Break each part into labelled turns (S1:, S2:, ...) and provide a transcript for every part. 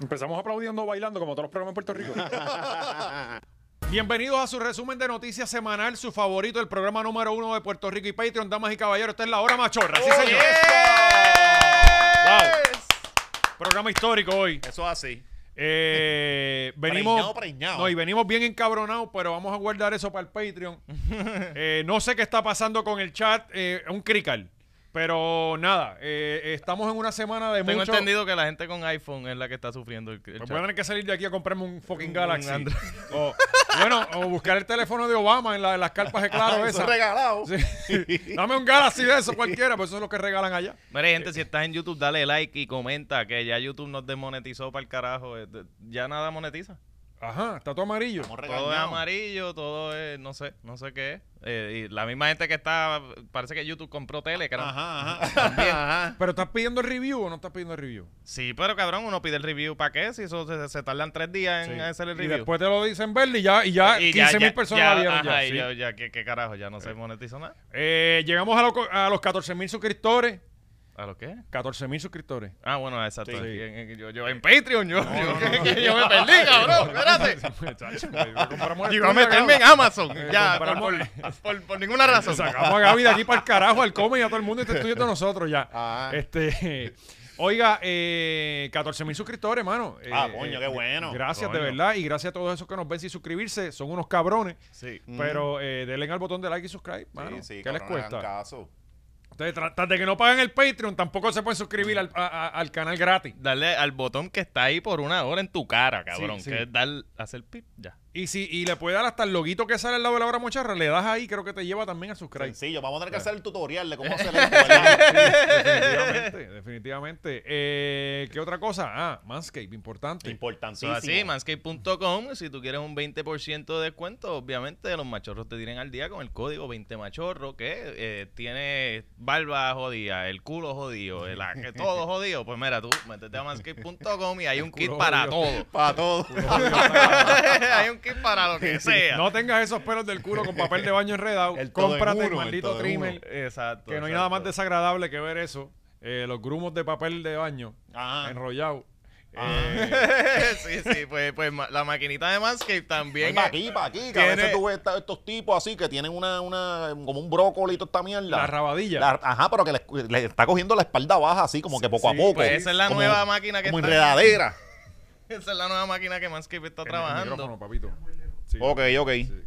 S1: Empezamos aplaudiendo bailando como todos los programas en Puerto Rico.
S2: Bienvenidos a su resumen de noticias semanal, su favorito, el programa número uno de Puerto Rico y Patreon, damas y caballeros. Esta es la hora machorra,
S3: Oh,
S2: sí, señor. Wow. Programa histórico hoy.
S3: Eso es así.
S2: Eh, venimos,
S3: Preñado, preñado.
S2: No, y venimos bien encabronados, pero vamos a guardar eso para el Patreon. Eh, no sé qué está pasando con el chat, eh, un crical. Pero nada, eh, estamos en una semana de
S4: Tengo
S2: mucho...
S4: entendido que la gente con iPhone es la que está sufriendo el,
S2: Pues
S4: el
S2: voy a
S4: chat.
S2: tener que salir de aquí a comprarme un fucking Galaxy.
S4: Android.
S2: o, bueno, o buscar el teléfono de Obama en, la- en las carpas de
S4: Ah,
S2: Claro
S3: Eso
S2: esas.
S3: es regalado.
S2: Sí. Dame un Galaxy de eso cualquiera, pues eso es lo que regalan allá.
S4: Mire, gente, si estás en YouTube, dale like y comenta que ya YouTube nos desmonetizó para el carajo. eh, de- Ya nada monetiza.
S2: Ajá, está todo amarillo.
S3: Estamos
S4: Todo es
S3: regañados.
S4: amarillo, todo es, no sé, no sé qué es. Eh, y la misma gente que está, parece que YouTube compró Telegram.
S3: Ajá, ajá. Ajá.
S2: Pero estás pidiendo el review o no estás pidiendo el review.
S4: Sí, pero cabrón, uno pide el review para qué, si eso se, se tardan tres días en
S2: Sí.
S4: hacer el
S2: Y
S4: review. Ah,
S2: después te lo dicen verde y ya, y ya
S4: Y ya-
S2: 15 mil
S4: ya-
S2: personas
S4: ya,
S2: la vieron ya,
S4: ajá, y
S2: sí.
S4: ya, ya, ¿qué, qué carajo, ya no se monetizó nada.
S2: Eh, llegamos a, lo co- a los 14 mil suscriptores.
S4: ¿A lo qué?
S2: 14 mil suscriptores.
S4: Ah, bueno, exacto.
S2: Sí.
S4: En- en- yo, yo en Patreon, yo, yo,
S2: no, no.
S4: que yo me perdí, cabrón. Espérate.
S2: Chacho, me compramos el
S4: Yo iba a
S2: estudio,
S4: meterme en
S2: cabrón.
S4: Amazon.
S2: Eh,
S4: Ya, por,
S2: compramos-
S4: por- por- por ninguna razón.
S2: Sacamos a Gaby de aquí para el carajo, al come y a todo el mundo y te estudio de nosotros ya.
S3: Ah.
S2: Este, oiga, eh, 14 mil suscriptores, mano. Eh,
S3: Ah, coño,
S2: eh,
S3: qué bueno.
S2: Gracias, de
S4: Coño.
S2: verdad. Y gracias a todos esos que nos ven sin suscribirse. Son unos cabrones.
S4: Sí.
S2: Pero eh, denle al botón de like y subscribe, mano.
S3: Sí, sí,
S2: ¿Qué les
S3: cabrón, hagan
S2: cuesta?
S3: caso.
S2: Ustedes, tra- tras de que no paguen el Patreon, tampoco se pueden suscribir al, a- a- al canal gratis.
S4: Darle al botón que está ahí por una hora en tu cara, cabrón.
S2: sí.
S4: Que es dar, hacer pip, ya.
S2: Y si y le puede dar hasta el loguito que sale al lado de la hora mocharra, le das ahí, creo que te lleva también a subscribe.
S3: Sencillo, vamos a tener que hacer el tutorial de cómo hacer esto, ¿verdad?
S2: definitivamente, definitivamente. Eh, ¿Qué otra cosa? Ah, Manscape, importante.
S4: So,
S3: Importantísimo.
S4: así, manscape.com, si tú quieres un 20% de descuento, obviamente los machorros te tienen al día con el código 20machorro, que eh, tiene barba jodida, el culo jodido, el, que todo jodido. Pues mira, tú métete a manscape.com y hay un kit
S2: culo
S4: para
S2: jodido.
S4: todo.
S3: Para todo.
S4: hay un kit para lo que sea.
S2: No tengas esos pelos del culo con papel de baño enredado.
S3: El todo en
S2: Cómprate el
S3: uno, el
S2: maldito
S3: todo en
S2: trimmer.
S3: uno.
S4: Exacto.
S2: Que no hay
S4: exacto.
S2: nada más desagradable que ver eso. Eh, los grumos de papel de baño
S3: Ajá.
S2: enrollado.
S3: Ah,
S2: Eh,
S4: Eh, sí, sí, pues, pues ma- la maquinita de Manscape también.
S2: Pues,
S3: Para
S4: es-
S3: aquí, para aquí, que
S4: Tiene-
S3: a veces tú ves esta- estos tipos así que tienen una, una como un brócoli y toda esta mierda.
S2: La rabadilla.
S3: La- ajá, pero que le, le está cogiendo la espalda baja así como que poco
S2: sí,
S3: a poco.
S4: pues esa es la
S3: Como-
S4: nueva máquina que
S3: Como
S4: está-
S3: enredadera.
S4: Esa es la nueva máquina que Manscape está
S2: En el micrófono,
S4: trabajando.
S2: papito. Sí.
S3: Ok, ok.
S4: Esa,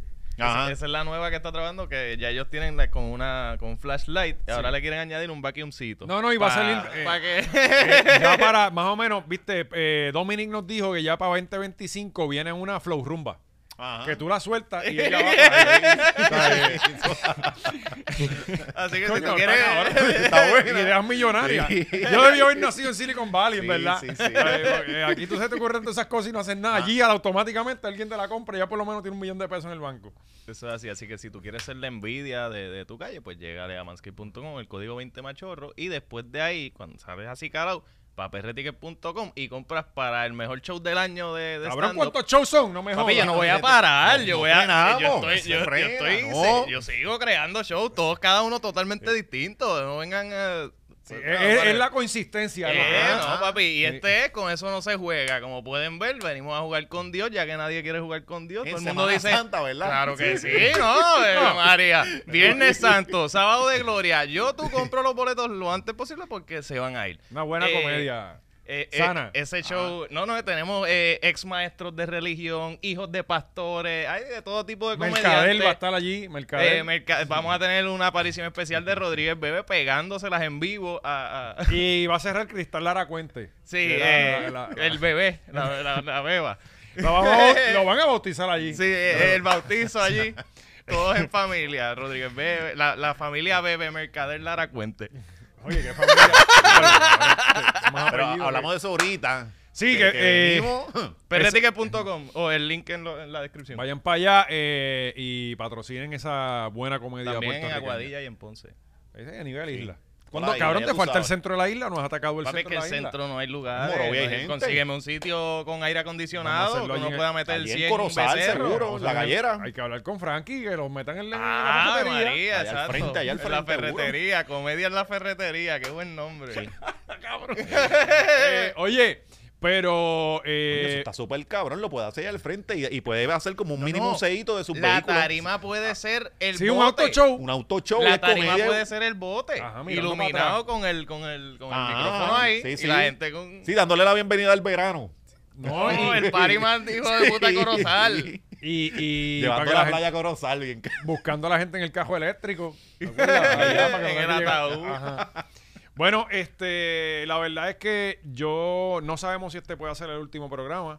S3: Ajá.
S4: esa es la nueva que está trabajando, que ya ellos tienen la- con una con un flashlight. y Ahora le quieren añadir un vacuumcito.
S2: No, no, y va a
S4: Pa-
S2: salir, eh,
S4: pa'
S2: Eh,
S4: que...
S2: ya para, más o menos, viste, eh, Dominic nos dijo que ya para 2025 viene una flow rumba.
S3: Ajá.
S2: Que tú la sueltas y ella va para ahí.
S4: Así que si
S2: Coño,
S4: tú quieres...
S2: está cabrón. Y ideas millonarias. Yo debí haber nacido en Silicon Valley, en
S3: Sí,
S2: verdad.
S3: sí, sí.
S2: Eh, eh, Aquí tú se te ocurren todas esas cosas y no haces
S4: Ah.
S2: nada. Allí al- automáticamente alguien te la compra y ya por lo menos tiene un millón de pesos en el banco.
S4: Eso es así, así que si tú quieres ser la envidia de, de tu calle, pues llégale a manscape.com, el código 20machorro, y después de ahí, cuando sales así carao, para prticket.com y compras para el mejor show del año de, de
S2: Cabrón,
S4: stand-up.
S2: ¿cuántos shows son? No me jodas.
S4: Papi, yo no voy a parar, yo
S3: no
S4: voy a...
S3: frenamos,
S4: yo estoy,
S3: se
S4: yo, yo
S3: frena,
S4: estoy-
S3: no.
S4: se- yo sigo creando shows, todos, cada uno totalmente distinto, no vengan a...
S2: Sí, es, es- es la consistencia. ¿no?
S4: Eh,
S2: Ah,
S4: no, papi, y
S2: Sí.
S4: este es, con eso no se juega. Como pueden ver, venimos a jugar con Dios, ya que nadie quiere jugar con Dios.
S3: En
S4: Todo el mundo
S3: Semana
S4: dice.
S3: Santa, ¿verdad?
S4: Claro que sí, no, eh, María. Viernes Santo, sábado de gloria. Yo tú compro los boletos lo antes posible porque se van a ir.
S2: Una buena
S4: Eh,
S2: comedia.
S4: eh, eh,
S2: Sana. Ah.
S4: ese show, no, no, tenemos eh, ex maestros de religión, hijos de pastores, hay de todo tipo de
S2: Mercadel
S4: comediantes.
S2: va a estar allí. Mercadel.
S4: Eh, merca- Vamos a tener una aparición especial de Rodríguez Bebe pegándoselas en vivo a- a,
S2: Y va a cerrar Cristal Lara Cuente.
S4: Sí,
S2: Que era
S4: eh,
S2: la- la-
S4: el bebé, la, la- la beba.
S2: Lo, vamos a baut- lo van a bautizar allí.
S4: Sí, eh, el bautizo allí, todos en familia. Rodríguez Bebe, la, la familia Bebe, Mercader Lara Cuente.
S2: Oye, qué familia. Bueno, más
S3: Pero
S2: apellido,
S3: hablamos de eso ahorita.
S2: Sí, que, eh,
S3: venimos-
S4: Perretique.com o el link en, lo- en la
S2: que-
S4: descripción.
S2: Vayan para allá eh, y patrocinen esa buena comedia
S4: También en
S2: puertorriqueña.
S4: Aguadilla y en Ponce.
S2: Ese es a nivel isla.
S3: Por
S2: Cuando,
S3: ahí,
S2: cabrón,
S3: ya
S2: te
S3: tú
S2: falta el
S3: sabes.
S2: centro de la isla, nos has atacado el
S4: Papi,
S2: centro
S4: que
S2: de
S4: el
S2: la isla.
S4: centro no hay lugar. eh,
S3: Moro, hay gente.
S4: Consígueme un sitio con aire
S2: Vamos a
S4: acondicionado
S2: hacerlo
S4: que uno
S2: allí en-
S4: pueda meter el
S3: allí en
S4: 100 en un
S3: Corozal,
S4: becerro.
S3: seguro.
S2: Vamos a
S3: la
S2: tener-
S3: gallera.
S2: Hay que hablar con Frankie, que los metan en la, en la
S4: Ah,
S2: cafetería.
S4: María,
S3: Allá al
S4: exacto.
S3: frente, allá al
S4: en la
S3: frente, seguro.
S4: ferretería, comedia en la ferretería, qué buen nombre.
S2: Eh, oye, Pero.
S3: Coño, eso
S2: eh,
S3: está súper cabrón, lo puede hacer ahí al frente y, y puede hacer como un mini
S4: No,
S3: museíto de sus
S4: La
S3: vehículos.
S4: tarima puede ser el
S2: sí,
S4: bote.
S2: un auto show.
S3: Un auto show
S4: La
S3: es
S4: tarima
S3: comedia.
S4: puede ser el bote.
S2: Ajá, mirando para
S4: iluminado con el, con el, con el
S3: Ah,
S4: micrófono ahí.
S3: sí,
S4: y
S3: sí.
S4: la gente con.
S3: Sí, dándole la bienvenida al verano.
S2: No,
S4: No,
S2: y-
S4: el party más hijo de puta Corozal.
S2: y, y para
S3: Llevando
S2: que
S3: a la
S2: la gente-
S3: playa Corozal bien.
S2: buscando a la gente en el cajo eléctrico. ¿te acuerdas? Allá, para que
S4: en
S2: la
S4: el
S2: gente llegara.
S4: ataúd.
S2: Bueno, este, la verdad es que yo no sabemos si este puede ser el último programa.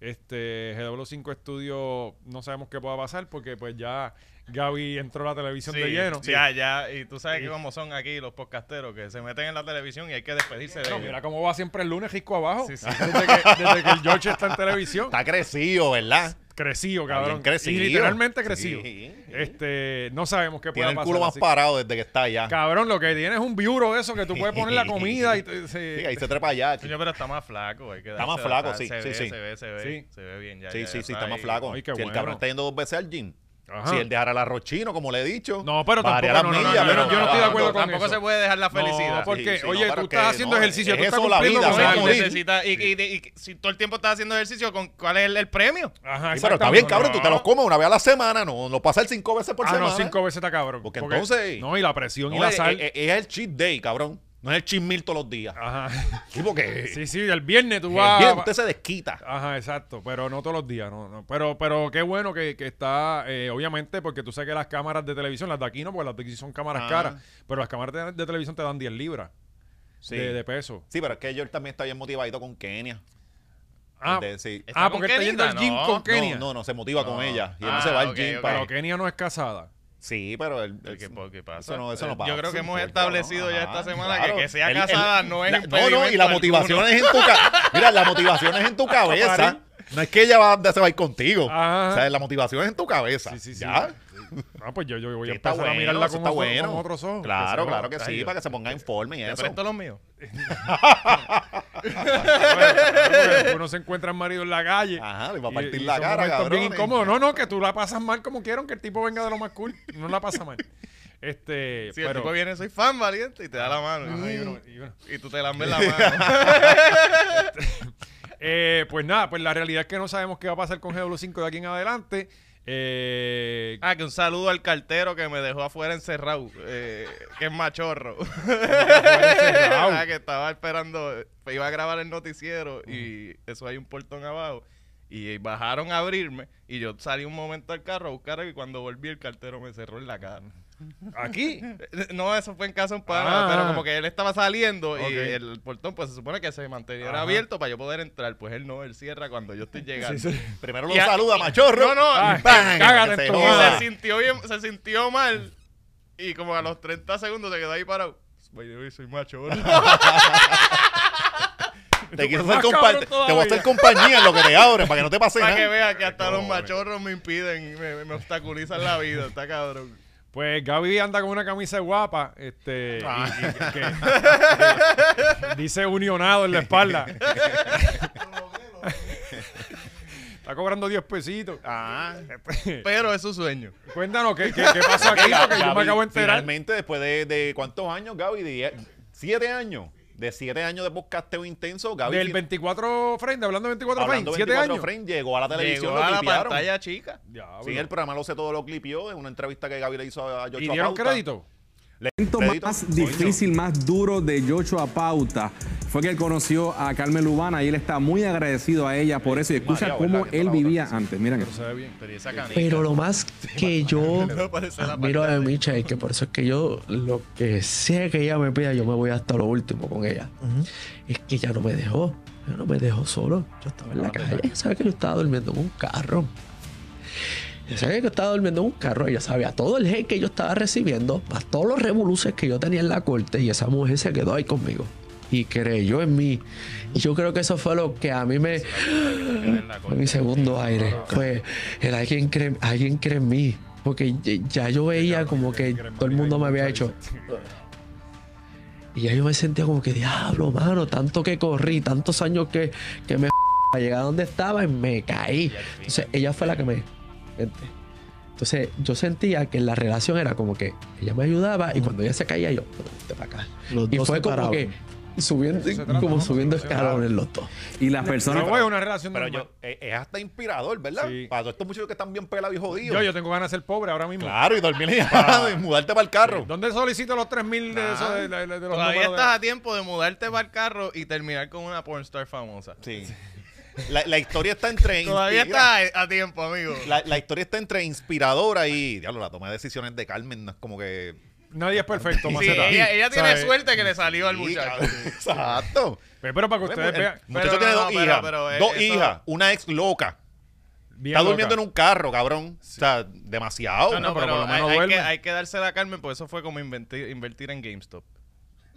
S2: Este, GW5 Estudio, no sabemos qué pueda pasar porque pues ya Gaby entró a la televisión de
S4: Sí,
S2: lleno.
S4: Ya, ya. Y tú sabes
S2: Sí.
S4: que como son aquí los podcasteros que se meten en la televisión y hay que despedirse de
S2: No,
S4: ellos.
S2: mira cómo va siempre el lunes, risco abajo.
S4: Sí, sí.
S2: Desde, que, desde que el George está en televisión.
S3: Está crecido, ¿verdad?
S2: Crecido,
S3: Está bien
S2: cabrón.
S3: crecido.
S2: Y literalmente crecido.
S3: Sí, sí.
S2: Este, no sabemos qué
S3: Tiene
S2: pueda
S3: el
S2: pasar.
S3: culo más
S2: así que-
S3: parado desde que está allá.
S2: Cabrón, lo que tiene es un biuro de eso que tú puedes poner la comida y te- se-
S3: Sí, ahí se trepa allá. chico.
S4: Coño, pero está más flaco. Hay que
S3: Está
S4: darse
S3: más flaco,
S4: la-
S3: sí,
S4: se
S3: sí,
S4: ve,
S3: sí.
S4: Se ve, se ve.
S2: Sí.
S4: Se ve bien. Ya,
S3: Sí,
S4: ya,
S3: sí,
S4: ya
S3: sí, está más
S4: ahí.
S3: flaco.
S2: Ay,
S3: Si
S2: qué
S3: el
S2: bueno.
S3: cabrón está yendo dos veces al gym.
S2: Ajá.
S3: Si él dejara el arrochino, como le he dicho.
S2: No, pero
S3: varía
S2: tampoco- no,
S3: las
S2: no,
S3: millas,
S2: no, no,
S3: pero
S2: yo no estoy de acuerdo
S3: trabajando.
S2: con
S4: Tampoco
S2: eso.
S4: se puede dejar la
S2: No,
S4: felicidad.
S2: porque,
S3: Sí, sí, no,
S2: oye,
S3: pero
S2: tú
S3: que
S2: estás haciendo
S3: no,
S2: ejercicio,
S3: es
S2: tú estás
S3: eso la
S2: cumpliendo
S3: vida,
S2: con
S3: se va a
S2: algo.
S3: morir.
S4: necesita, y, y- y- y- si todo el tiempo estás haciendo ejercicio, ¿con ¿cuál es el, el premio?
S2: Ajá,
S3: Sí, pero está bien,
S2: exactamente.
S3: cabrón, tú te
S2: No.
S3: lo comes una vez a la semana, no lo pasas cinco veces por
S2: ah,
S3: semana.
S2: no, cinco veces está cabrón.
S3: Porque entonces-
S2: No, y la presión y
S3: No,
S2: la
S3: es, eh,
S2: sal.
S3: es- es el cheat day, cabrón. No es el cheat meal todos los días.
S2: Ajá.
S3: Sí, porque
S2: Ah, Sí, sí, el viernes tú
S3: eh, el
S2: vas.
S3: viernes usted se desquita.
S2: Ajá, exacto, pero no todos los días, no, no. Pero, pero qué bueno que, que está, eh, obviamente, porque tú sabes que las cámaras de televisión, las de aquí no, porque las de aquí son cámaras
S3: Ah.
S2: caras, pero las cámaras de, de televisión te dan 10 libras
S3: Sí.
S2: de, de peso.
S3: Sí, pero es que George también está bien motivadito con Kenia.
S2: Ah,
S3: Pues De- sí.
S4: ¿Está
S2: ah
S4: con
S2: porque está
S4: Kenita?
S2: yendo al gym
S4: No,
S2: con Kenia.
S3: No, no, no, se motiva con
S4: No.
S3: ella. Y él no
S4: Ah,
S3: se va al
S4: ok,
S3: gym
S4: ok.
S3: para-
S2: Pero Kenia no es casada.
S3: Sí, pero él.
S4: ¿Por
S2: pues,
S4: qué-
S3: él-
S4: por qué pasa? Eh,
S3: Eso no, eso no
S4: Yo
S3: pasa.
S4: creo que hemos
S3: Sí,
S4: establecido
S3: cabrón,
S4: ya
S3: ajá,
S4: esta semana que- que sea
S3: Él- él-
S4: casada no es
S3: la- No, no, y
S4: impedimento
S3: la motivación
S4: alguno.
S3: es en tu cabeza. Mira, la motivación es en tu cabeza. No es que ella va, se va a ir contigo.
S2: Ajá.
S3: O sea, la motivación es en tu cabeza.
S2: Sí, sí, sí.
S3: ¿Ya?
S2: Ah, pues yo, yo voy
S3: Sí,
S2: a empezar a
S3: bueno,
S2: mirarla
S3: eso
S2: con,
S3: está
S2: otro-
S3: bueno.
S2: con otros ojos.
S3: Claro, claro que
S4: Ay,
S3: sí,
S4: Dios.
S3: para que se ponga en forma y
S4: ¿Te
S3: eso.
S4: presto los míos?
S2: Porque uno se encuentra el marido en la calle.
S3: Ajá, le va a
S2: Y-
S3: partir
S2: y
S3: la
S2: son
S3: cara,
S2: momentos
S3: cabrón.
S2: bien incómodo. No, no, que tú la pasas mal como quieran, que el tipo venga de lo más cool. No la pasa mal. Este,
S4: Si el
S2: pero...
S4: tipo viene, soy fan valiente y te da la mano.
S2: Ajá,
S3: Mm.
S2: y uno- y uno-
S4: Y tú te lambes la mano.
S2: Eh, pues nada, pues la realidad es que no sabemos qué va a pasar con GW5 de aquí en adelante. Eh,
S4: Ah, que un saludo al cartero que me dejó afuera encerrado, eh, que es machorro.
S2: encerrado.
S4: Ah, que estaba esperando, eh, iba a grabar el noticiero y eso hay un portón abajo. Y bajaron a abrirme y yo salí un momento al carro a buscar y cuando volví el cartero me cerró en la cara.
S2: aquí.
S4: Eh, No, eso fue en casa de un
S2: Ah.
S4: pana, pero como que él estaba saliendo
S2: Ok.
S4: y el portón pues se supone que se manteniera
S2: Ajá.
S4: abierto para yo poder entrar. Pues él no, él cierra cuando yo estoy llegando.
S3: Primero lo
S4: Y a-
S3: saluda, machorro.
S4: No, no,
S2: Ah,
S3: ¡Bang!
S2: cágate
S3: Que se
S2: en tu
S4: Y
S3: joda.
S2: madre.
S4: se sintió bien, se sintió mal. Y como a los 30 segundos se quedó ahí parado. By the way, soy macho. ¿verdad?
S3: Te quiero
S2: Más
S3: hacer
S2: cabrón
S3: compa- te voy a
S2: todavía.
S3: hacer compañía en lo que te abren para que no te pase
S4: Para
S3: nada.
S4: que vean que hasta los
S3: No,
S4: machorros me impiden, me, me obstaculizan la vida, está cabrón.
S2: Pues Gaby anda con una camisa guapa, este, y- y
S3: Ah.
S2: que- que- que dice unionado en la espalda. Está cobrando 10 pesitos.
S3: Ah.
S4: Pero es su sueño.
S2: Cuéntanos qué, qué, qué pasó aquí, porque yo me
S3: Gaby,
S2: acabo de enterar.
S3: Finalmente, después de, de cuántos años, Gaby, de die- siete años. De siete años de podcasteo intenso, Gaby.
S2: Del
S3: fin-
S2: 24 frame, de hablando de 24
S3: hablando
S2: frame, 7
S3: 24
S2: años. Ah,
S3: frame, llegó a la televisión,
S4: Llegó a
S3: lo
S4: la
S3: clipearon.
S4: pantalla chica.
S2: Diablo.
S3: Sí, el programa lo sé todo, lo clipió en una entrevista que Gaby le hizo a Yocho
S2: ¿Y dieron
S3: Apauta.
S2: crédito?
S3: Le-
S5: momento
S3: crédito,
S5: más
S3: coño.
S5: difícil, más duro de Yocho Apauta fue que él conoció a Carmen Lubana y él está muy agradecido a ella por eso. Y escucha
S3: María, ¿verdad?
S5: cómo
S3: Que toda
S5: él
S3: la otra
S5: vivía
S3: sí.
S5: antes. Miren esto.
S2: Se ve bien.
S4: Pero y esa canita.
S6: Pero lo más que yo
S4: No parece la
S6: miro
S4: pantalla.
S6: a Micha es que por eso es que yo lo que sea que ella me pida, yo me voy hasta lo último con ella. Es que ella no me dejó. Ella no me dejó solo. Yo estaba en la calle. Ella sabía que yo estaba durmiendo en un carro. Ella sabía que yo estaba durmiendo en un carro. Ella sabía todo el hate que yo estaba recibiendo, más todos los revoluces que yo tenía en la corte. Y esa mujer se quedó ahí conmigo. Y creyó en mí. Y yo creo que eso fue lo que a mí me. Fue mi segundo aire. Fue el alguien cree, alguien cree en mí. Porque ya- ya yo veía como que todo el mundo me había hecho. Y ya yo me sentía como que, diablo, mano, tanto que corrí, tantos años que, que me para llegar a donde estaba y me caí. Entonces ella fue la que me. vente. Entonces yo sentía que la relación era como que ella me ayudaba y cuando ella se caía yo, "Bueno, vente para acá.
S7: Los
S6: Y
S7: dos
S6: fue como
S7: separados.
S6: que subiendo,
S2: se trata,
S6: como
S2: ¿no?
S6: subiendo
S2: Sí,
S6: escalones los dos.
S5: Y las personas.
S2: Pero, güey, una relación
S3: Pero
S2: normal.
S3: yo, eh, es, es hasta inspirador, ¿verdad?
S2: Sí.
S3: Para todos estos muchachos que están bien pelados y jodidos.
S2: Yo, Ah. yo tengo ganas de ser pobre ahora mismo.
S3: Claro, y dormir allá, y mudarte para el carro.
S2: ¿Dónde solicito los 3000
S3: Ah.
S2: de, esos de, de- de los
S4: Todavía
S2: números de-
S4: estás a tiempo de mudarte para el carro y terminar con una pornstar famosa.
S3: Sí. La, la historia está entre.
S4: Todavía
S3: inspira-
S4: estás a tiempo, amigo.
S3: La, la historia está entre inspiradora y. Diablo, la toma de decisiones de Carmen no es como que.
S2: Nadie es perfecto,
S4: Sí,
S2: Maceta.
S4: ella, ella tiene
S2: ¿Sabes?
S4: suerte que le salió al
S3: Sí,
S4: muchacho.
S3: cabrón. Exacto.
S2: Pero pero para que
S3: Bueno,
S2: ustedes
S3: Pues, el
S2: vean.
S3: muchacho
S4: Pero
S3: tiene
S4: no,
S3: dos
S4: pero-
S3: hijas.
S4: pero, eh,
S3: dos
S4: eso-
S3: hijas. Una ex loca.
S2: bien
S3: Está
S2: loca.
S3: durmiendo en un carro, cabrón. O sea, demasiado.
S4: No, no,
S2: pero
S4: pero,
S2: por lo menos
S4: hay- hay,
S2: duerme.
S4: que, hay que dársela a Carmen, porque eso fue como invertir, invertir en GameStop.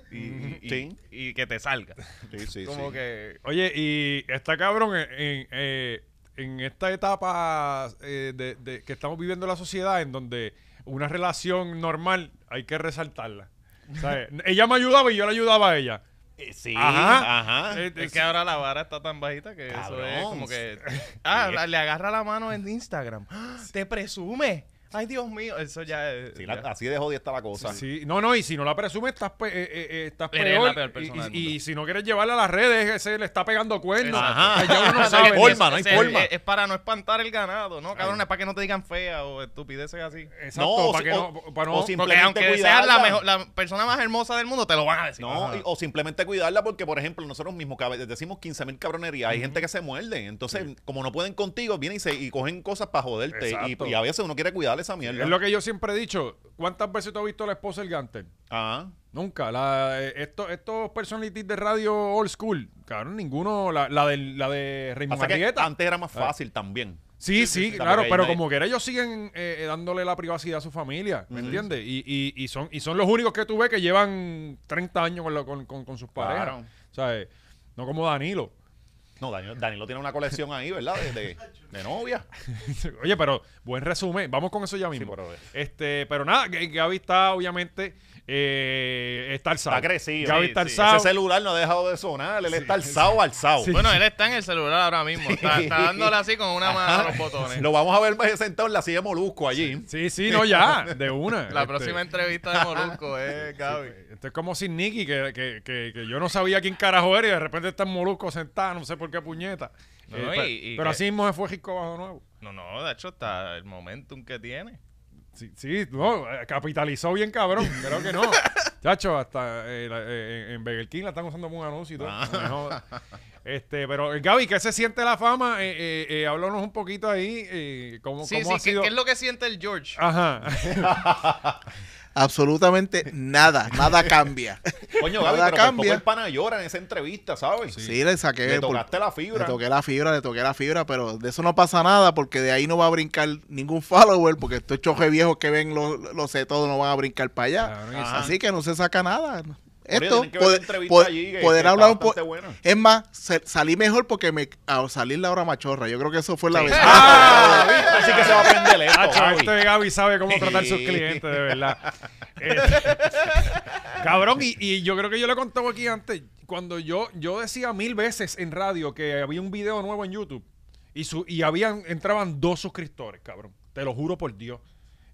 S4: Y, y-
S3: Sí.
S4: y que te salga.
S3: Sí, sí,
S4: mm, como
S3: sí.
S4: que.
S2: Oye, y está cabrón en, en, eh, en esta etapa eh, de, de- que estamos viviendo en la sociedad en donde una relación normal hay que resaltarla. O sea, ella me ayudaba y yo la ayudaba a ella.
S3: Eh, Sí,
S2: Ajá.
S3: ajá.
S2: Eh,
S4: Es que ahora la vara está tan bajita que
S3: Ah, Cabrón.
S4: eso es como que. Ah, la- le agarra la mano en Instagram. ¡Ah! Te presume. Ay, Dios mío. Eso ya es.
S3: Sí, la-
S4: ya.
S3: así de jodida está la cosa.
S2: Sí, no, no, y si no la presumes, estás, pe- eh, eh, eh, estás
S4: Eres
S2: peor.
S4: la peor persona
S2: Y-
S4: del
S2: y,
S4: mundo.
S2: y si no quieres llevarla a las redes, ese le está pegando cuernos.
S3: Ajá.
S2: O sea, ya uno
S3: No hay
S2: sabe.
S3: forma, no hay
S4: Ese es-
S3: forma.
S4: Es, es para no espantar el ganado, ¿no? Cabrón, es para que no te digan fea o estupideces así.
S2: Exacto,
S3: No,
S2: para
S3: o-
S2: que no, para no-
S3: o si-
S4: Porque
S3: Simplemente
S4: aunque seas la,
S3: cuidarla.
S4: mejor, la persona más hermosa del mundo, te lo van a decir.
S3: No,
S4: Ajá.
S3: y- o simplemente cuidarla porque, por ejemplo, nosotros mismos cab- decimos 15 mil cabronerías. Hay gente que se muerde. Entonces, como no pueden contigo, vienen y, se, y cogen cosas para joderte. Y,
S2: Exacto.
S3: y a veces uno quiere cuidarle esa mierda.
S2: es lo que yo siempre he dicho. ¿Cuántas veces tú has visto a la esposa del Gantel?
S3: Ajá.
S2: Nunca. La, eh, esto- estos personalities de radio old school, cabrón, ninguno. La, la, del- la de Raymond
S3: Pasa que
S2: Arrieta.
S3: antes era
S4: Ah.
S3: más fácil también.
S2: Sí,
S3: sí,
S2: sí,
S3: sí,
S2: claro,
S3: porque
S2: pero
S3: ahí no hay-
S2: como quiera ellos siguen eh, eh, dándole la privacidad a su familia, ¿me entiendes? Y, y- y son, y son los únicos que tú ves que llevan 30 años con, la- con, con- con sus parejas.
S3: Claro.
S2: O sea, eh, no como Danilo.
S3: No, Danilo, Danilo tiene una colección ahí, ¿verdad? De, de, de novia.
S2: Oye, pero buen resumen. Vamos con eso ya mismo.
S3: pero- eh.
S2: este, pero nada, G- Gaby está obviamente eh, está alzado.
S3: Está crecido.
S2: Gaby
S4: Sí,
S2: está
S4: sí.
S2: alzado.
S3: Ese celular no ha dejado de sonar. Él está alzado, alzado.
S4: Bueno, él está en el celular ahora mismo. Está, está dándole así con una mano a Ah, los botones.
S3: Ah, Lo vamos a ver más sentado en la silla de Molusco allí.
S2: Sí, sí, no ya, de una.
S4: La
S2: Este,
S4: próxima entrevista de Molusco es Gaby.
S2: Esto es como sin Nicky, que, que, que, que yo no sabía quién carajo era y de repente está en Molusco sentado, no sé por qué puñeta.
S4: No,
S2: Eh,
S4: y-
S2: pero
S4: y
S2: pero
S4: que-
S2: así mismo se fue Gisco Bajo Nuevo.
S4: No, no, de hecho está el momentum que tiene.
S2: Sí, sí, no, eh, capitalizó bien cabrón, creo que no. Chacho, hasta eh, la- eh, en Burger King la están usando como un anuncio y todo.
S4: Ah.
S2: no me jodas. Este, pero eh, Gaby, ¿qué se siente la fama? Eh, eh, eh, háblanos un poquito ahí, eh, cómo,
S4: Sí,
S2: cómo
S4: sí,
S2: ha
S4: ¿qué-
S2: sido. Ah,
S4: ¿qué es lo que siente el George?
S2: Ajá.
S7: Absolutamente nada, nada cambia.
S3: Coño, Gaby,
S7: Nada
S3: pero tampoco
S7: cambia.
S3: el pana llora en esa entrevista, ¿sabes?
S7: Sí, le saqué.
S3: Le
S7: por-
S3: tocaste la fibra.
S7: Le toqué la fibra, le toqué la fibra, pero de eso no pasa nada porque de ahí no va a brincar ningún follower porque estos chojes viejos que ven los lo sé todo no van a brincar para allá.
S2: Cabrón,
S3: Ajá.
S7: Así que no se saca nada.
S3: Oye,
S7: Esto,
S3: tienen que ver la
S7: poder,
S3: entrevista
S7: poder-
S3: allí, que-
S7: poder
S3: que
S7: hablar un
S3: está
S7: poco.
S3: bastante buena.
S7: Es más, sal- salí mejor porque me al salir la hora machorra. Yo creo que eso fue la vez.
S3: Ah, ¿viste? Así que se va a aprender esto,
S2: Chacho,
S3: Gaby.
S2: este Gaby sabe cómo tratar sus
S3: Ah, Sí.
S2: clientes, de verdad. Eh, cabrón, y, y yo creo que yo le contaba aquí antes, cuando yo, yo decía mil veces en radio que había un video nuevo en YouTube y, su, y habían, entraban dos suscriptores, cabrón. Te lo juro por Dios.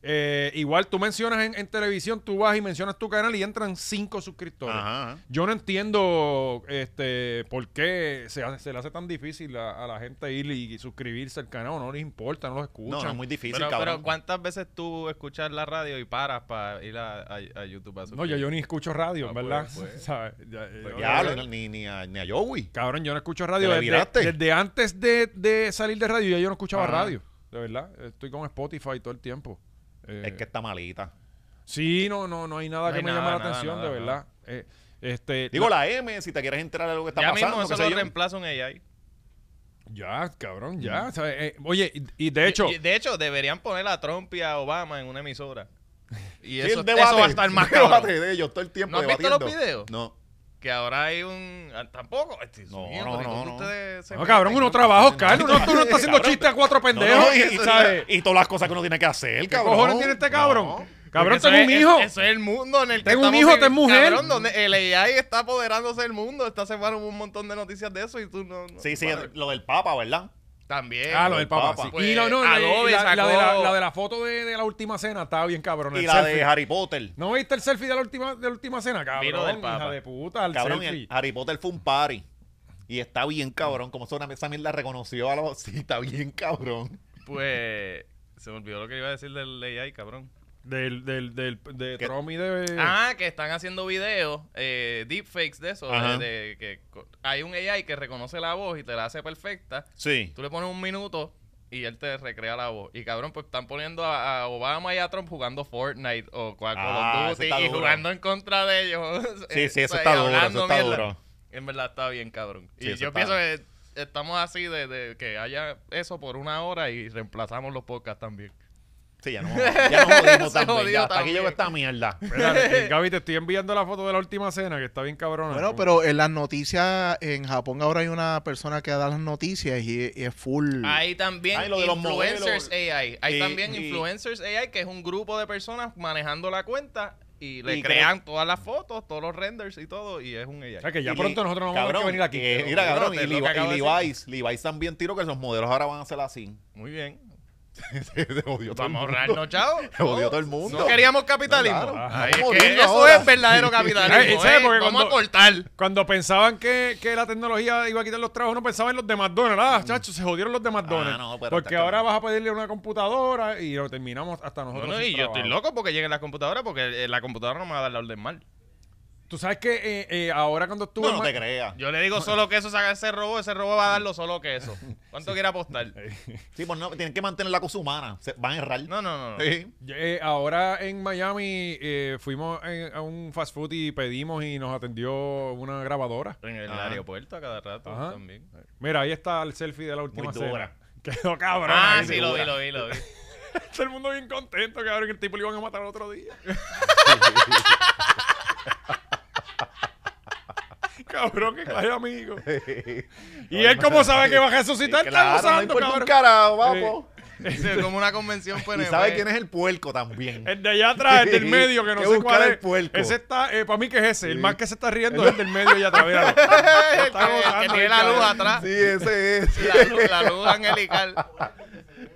S2: Eh, igual tú mencionas en, en televisión, tú vas y mencionas tu canal y entran cinco suscriptores.
S3: Ajá.
S2: Yo no entiendo este por qué se, hace- se le hace tan difícil a, a la gente ir y, y suscribirse al canal. No les importa, no los escuchan.
S3: No, no, es muy difícil,
S4: Pero, pero
S3: cabrón.
S4: ¿cuántas veces tú escuchas la radio y paras para ir a, a- a YouTube a
S2: No, yo,
S4: suscribirte?
S2: yo ni escucho radio,
S4: Ah,
S2: en ¿verdad?
S4: pues, pues.
S2: ¿Sabes? Ya, eh,
S4: Pues
S2: yo-
S3: Ya, hablo, ni, ni a, ni a Joey.
S2: Cabrón, yo no escucho
S3: Te
S2: radio.
S3: la
S2: Desde,
S3: viraste.
S2: desde antes de, de salir de radio, ya yo no escuchaba
S3: Ah.
S2: radio. De verdad. Estoy con Spotify todo el tiempo. Eh,
S3: Es que está malita.
S2: Sí, no, no, no hay nada
S4: No
S2: que
S4: hay
S2: me
S4: nada,
S2: llame la
S4: nada,
S2: atención,
S4: nada,
S2: de verdad. Eh, este,
S3: Digo
S2: la-
S3: la M, si te quieres enterar de lo que está
S4: Ya
S3: pasando.
S4: mismo
S3: qué
S4: eso
S3: sé
S4: lo
S3: yo.
S4: reemplaza un AI.
S2: Ya, cabrón, ya. ¿sabes? Eh, oye, y, y de hecho.
S4: Mm. Y- y de hecho, deberían poner a Trump y a Obama en una emisora. Y
S3: Sí,
S4: eso,
S3: el debate,
S4: eso va a estar más
S3: el debate
S4: cabrón.
S3: de ellos todo el tiempo
S4: ¿No has visto los
S3: debatiendo.
S4: videos?
S3: No.
S4: Que ahora hay un... ah, Tampoco. Este,
S3: No,
S4: Dios mío,
S3: no,
S4: ¿por qué
S3: no,
S4: tú
S3: no.
S4: ustedes se
S2: No, cabrón,
S4: meten?
S2: uno trabaja, Oscar. Uno, tú no estás haciendo
S3: Cabrón,
S2: chistes a cuatro
S3: No,
S2: pendejos.
S3: no, y,
S2: ¿sabes?
S3: y todas las cosas que uno tiene que hacer,
S2: ¿Qué
S3: cabrón.
S2: cojones tiene este cabrón? Cabrón,
S4: Porque eso
S2: tengo un
S4: es-
S2: hijo.
S4: es- Eso es el mundo en el que
S2: Tengo un
S4: estamos
S2: hijo,
S4: vivi-
S2: ten mujer.
S4: Cabrón, donde el AI está apoderándose del mundo. Esta semana hubo un montón de noticias de eso y tú no... no-
S3: Sí, sí,
S4: Madre.
S3: lo del Papa, ¿verdad?
S4: También.
S2: Ah, lo del Papa.
S3: Papa.
S2: sí.
S4: Pues,
S2: y no, no, la,
S4: Adobe
S2: la- la de la,
S4: sacó-
S2: la de la foto de, de la última cena estaba bien cabrón.
S3: Y
S2: el
S3: la de
S2: selfie.
S3: Harry Potter.
S2: ¿No viste el selfie de la última, de la última cena, cabrón?
S4: Vino del Papa.
S2: Hija de puta, el
S3: Cabrón, y
S2: selfie.
S3: el ah. Harry Potter fue un party. Y está bien cabrón. Como son, esa mierda reconoció a los. Sí, está bien cabrón.
S4: Pues se me olvidó lo que iba a decir del AI, cabrón.
S2: Del, del, del, de
S3: ¿Qué?
S2: Trump y de...
S4: Ah, que están haciendo videos, eh, deepfakes de eso.
S3: Ajá.
S4: De, de que co- hay un AI que reconoce la voz y te la hace perfecta.
S3: Sí.
S4: Tú le pones un minuto y él te recrea la voz. Y cabrón, pues están poniendo a, a Obama y a Trump jugando Fortnite o Call
S3: Ah,
S4: of
S3: eso
S4: Duty
S3: está
S4: y
S3: duro.
S4: jugando en contra de ellos.
S3: Sí,
S4: Eh,
S3: sí, eso
S4: Y
S3: está duro,
S4: hablando
S3: eso está
S4: mierda.
S3: duro.
S4: En verdad está bien, cabrón.
S3: Sí,
S4: y
S3: eso
S4: yo
S3: está-
S4: pienso que estamos así de, de que haya eso por una hora y reemplazamos los podcasts también.
S3: Sí, ya no, ya no jodimos
S4: Se
S3: también.
S4: jodió
S3: Ya, hasta aquí
S4: también.
S3: llegó esta mierda.
S2: Espérate, eh, Gaby, te estoy enviando la foto de la última cena, que está bien cabrón.
S7: Bueno, pero en las noticias, en Japón ahora hay una persona que da las noticias y, y es full.
S4: Hay también
S3: Mm. Ay, lo de los
S4: influencers
S3: modelos.
S4: AI. Hay
S3: Y-
S4: también
S3: y-
S4: influencers AI, que es un grupo de personas manejando la cuenta y le
S3: Y cre-
S4: crean todas las fotos, todos los renders y todo, y es un AI.
S2: O sea, que ya
S3: Y
S2: pronto
S3: le-
S2: nosotros no vamos a tener que venir aquí.
S3: eh,
S2: pero-
S3: mira, cabrón,
S4: Pero
S3: y,
S4: es lo que
S3: Levi-
S4: acabo de
S3: y
S4: decir.
S3: Levi's, Levi's también tiró que los modelos ahora van a hacer así.
S4: Muy bien.
S3: Se jodió todo el
S4: Vamos a
S3: mundo.
S4: ahorrarnos, chao.
S3: Se jodió todo el mundo.
S4: No queríamos capitalismo.
S3: No, claro.
S4: Ay,
S3: Estamos
S4: es que
S3: jodiendo
S4: eso
S3: ahora.
S4: es verdadero
S2: Ay,
S4: capitalismo.
S2: ¿sabes?
S4: eh.
S2: Porque
S4: Vamos
S2: cuando-
S4: a cortar.
S2: Cuando pensaban que, que la tecnología iba a quitar los trabajos, no pensaban en los de McDonald's. Ah, chacho, se jodieron los de McDonald's.
S3: Mm. Ah, no, pero
S2: porque
S3: está
S2: ahora
S3: cabrón.
S2: vas a pedirle una computadora y lo terminamos hasta
S4: No,
S2: nosotros.
S4: no,
S2: sin
S4: y yo estoy
S2: trabajo.
S4: loco porque lleguen las computadoras porque eh, la computadora no me va a dar la orden mal.
S2: Tú sabes que eh, eh, ahora cuando estuve.
S3: No, no
S2: en
S3: te
S2: Ma-
S3: creas.
S4: Yo le digo solo queso, saca ese robo, ese robo va a darlo solo queso. ¿Cuánto quiere apostar?
S3: Sí, pues no, tienen que mantener la cosa humana. Se- van a errar.
S4: No, no, no. no.
S3: Sí.
S2: Eh, ahora en Miami eh, fuimos eh, a un fast food y pedimos y nos atendió una grabadora.
S4: En el
S3: Ajá.
S4: aeropuerto a cada rato
S2: Ajá.
S4: también.
S2: Mira, ahí está el selfie de la última
S3: Muy
S2: cena.
S3: dura.
S2: Quedó cabrón.
S4: Ah,
S2: ahí,
S4: sí, lo
S2: dura.
S4: vi, lo vi, lo vi.
S2: Todo el mundo bien contento, cabrón, que el tipo lo iban a matar al otro día. cabrón, que clase de amigo. y él como sabe que va a resucitar, está
S3: Claro, no
S2: gozando,
S3: importa un
S2: cabrón.
S3: carajo, vamos.
S4: Eso es como una convención
S3: Y
S4: PNP.
S3: sabe quién es el puerco también.
S2: El de allá atrás, el del
S3: Sí,
S2: medio, que no
S3: que
S2: sé
S3: buscar
S2: cuál
S3: al
S2: es.
S3: puerco.
S2: Ese está, eh, para mí que es ese. El más que se está riendo es el del medio allá atrás. míralo. Está
S4: El Eh, que, el que
S2: gozando,
S4: tiene la luz
S2: cabrón.
S4: atrás.
S3: Sí, ese es.
S4: La luz, la luz angelical.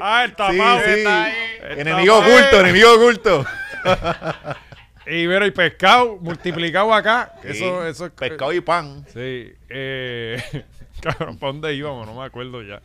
S2: Ah, el tapado.
S3: sí.
S4: Está ahí.
S2: El
S3: Enemigo
S2: tapado.
S3: oculto, enemigo oculto.
S2: Y Ibero y pescado multiplicado acá. Eso,
S3: Sí,
S2: eso es.
S3: Pescado y pan.
S2: Sí, eh, cabrón, ¿para dónde íbamos? No me acuerdo ya.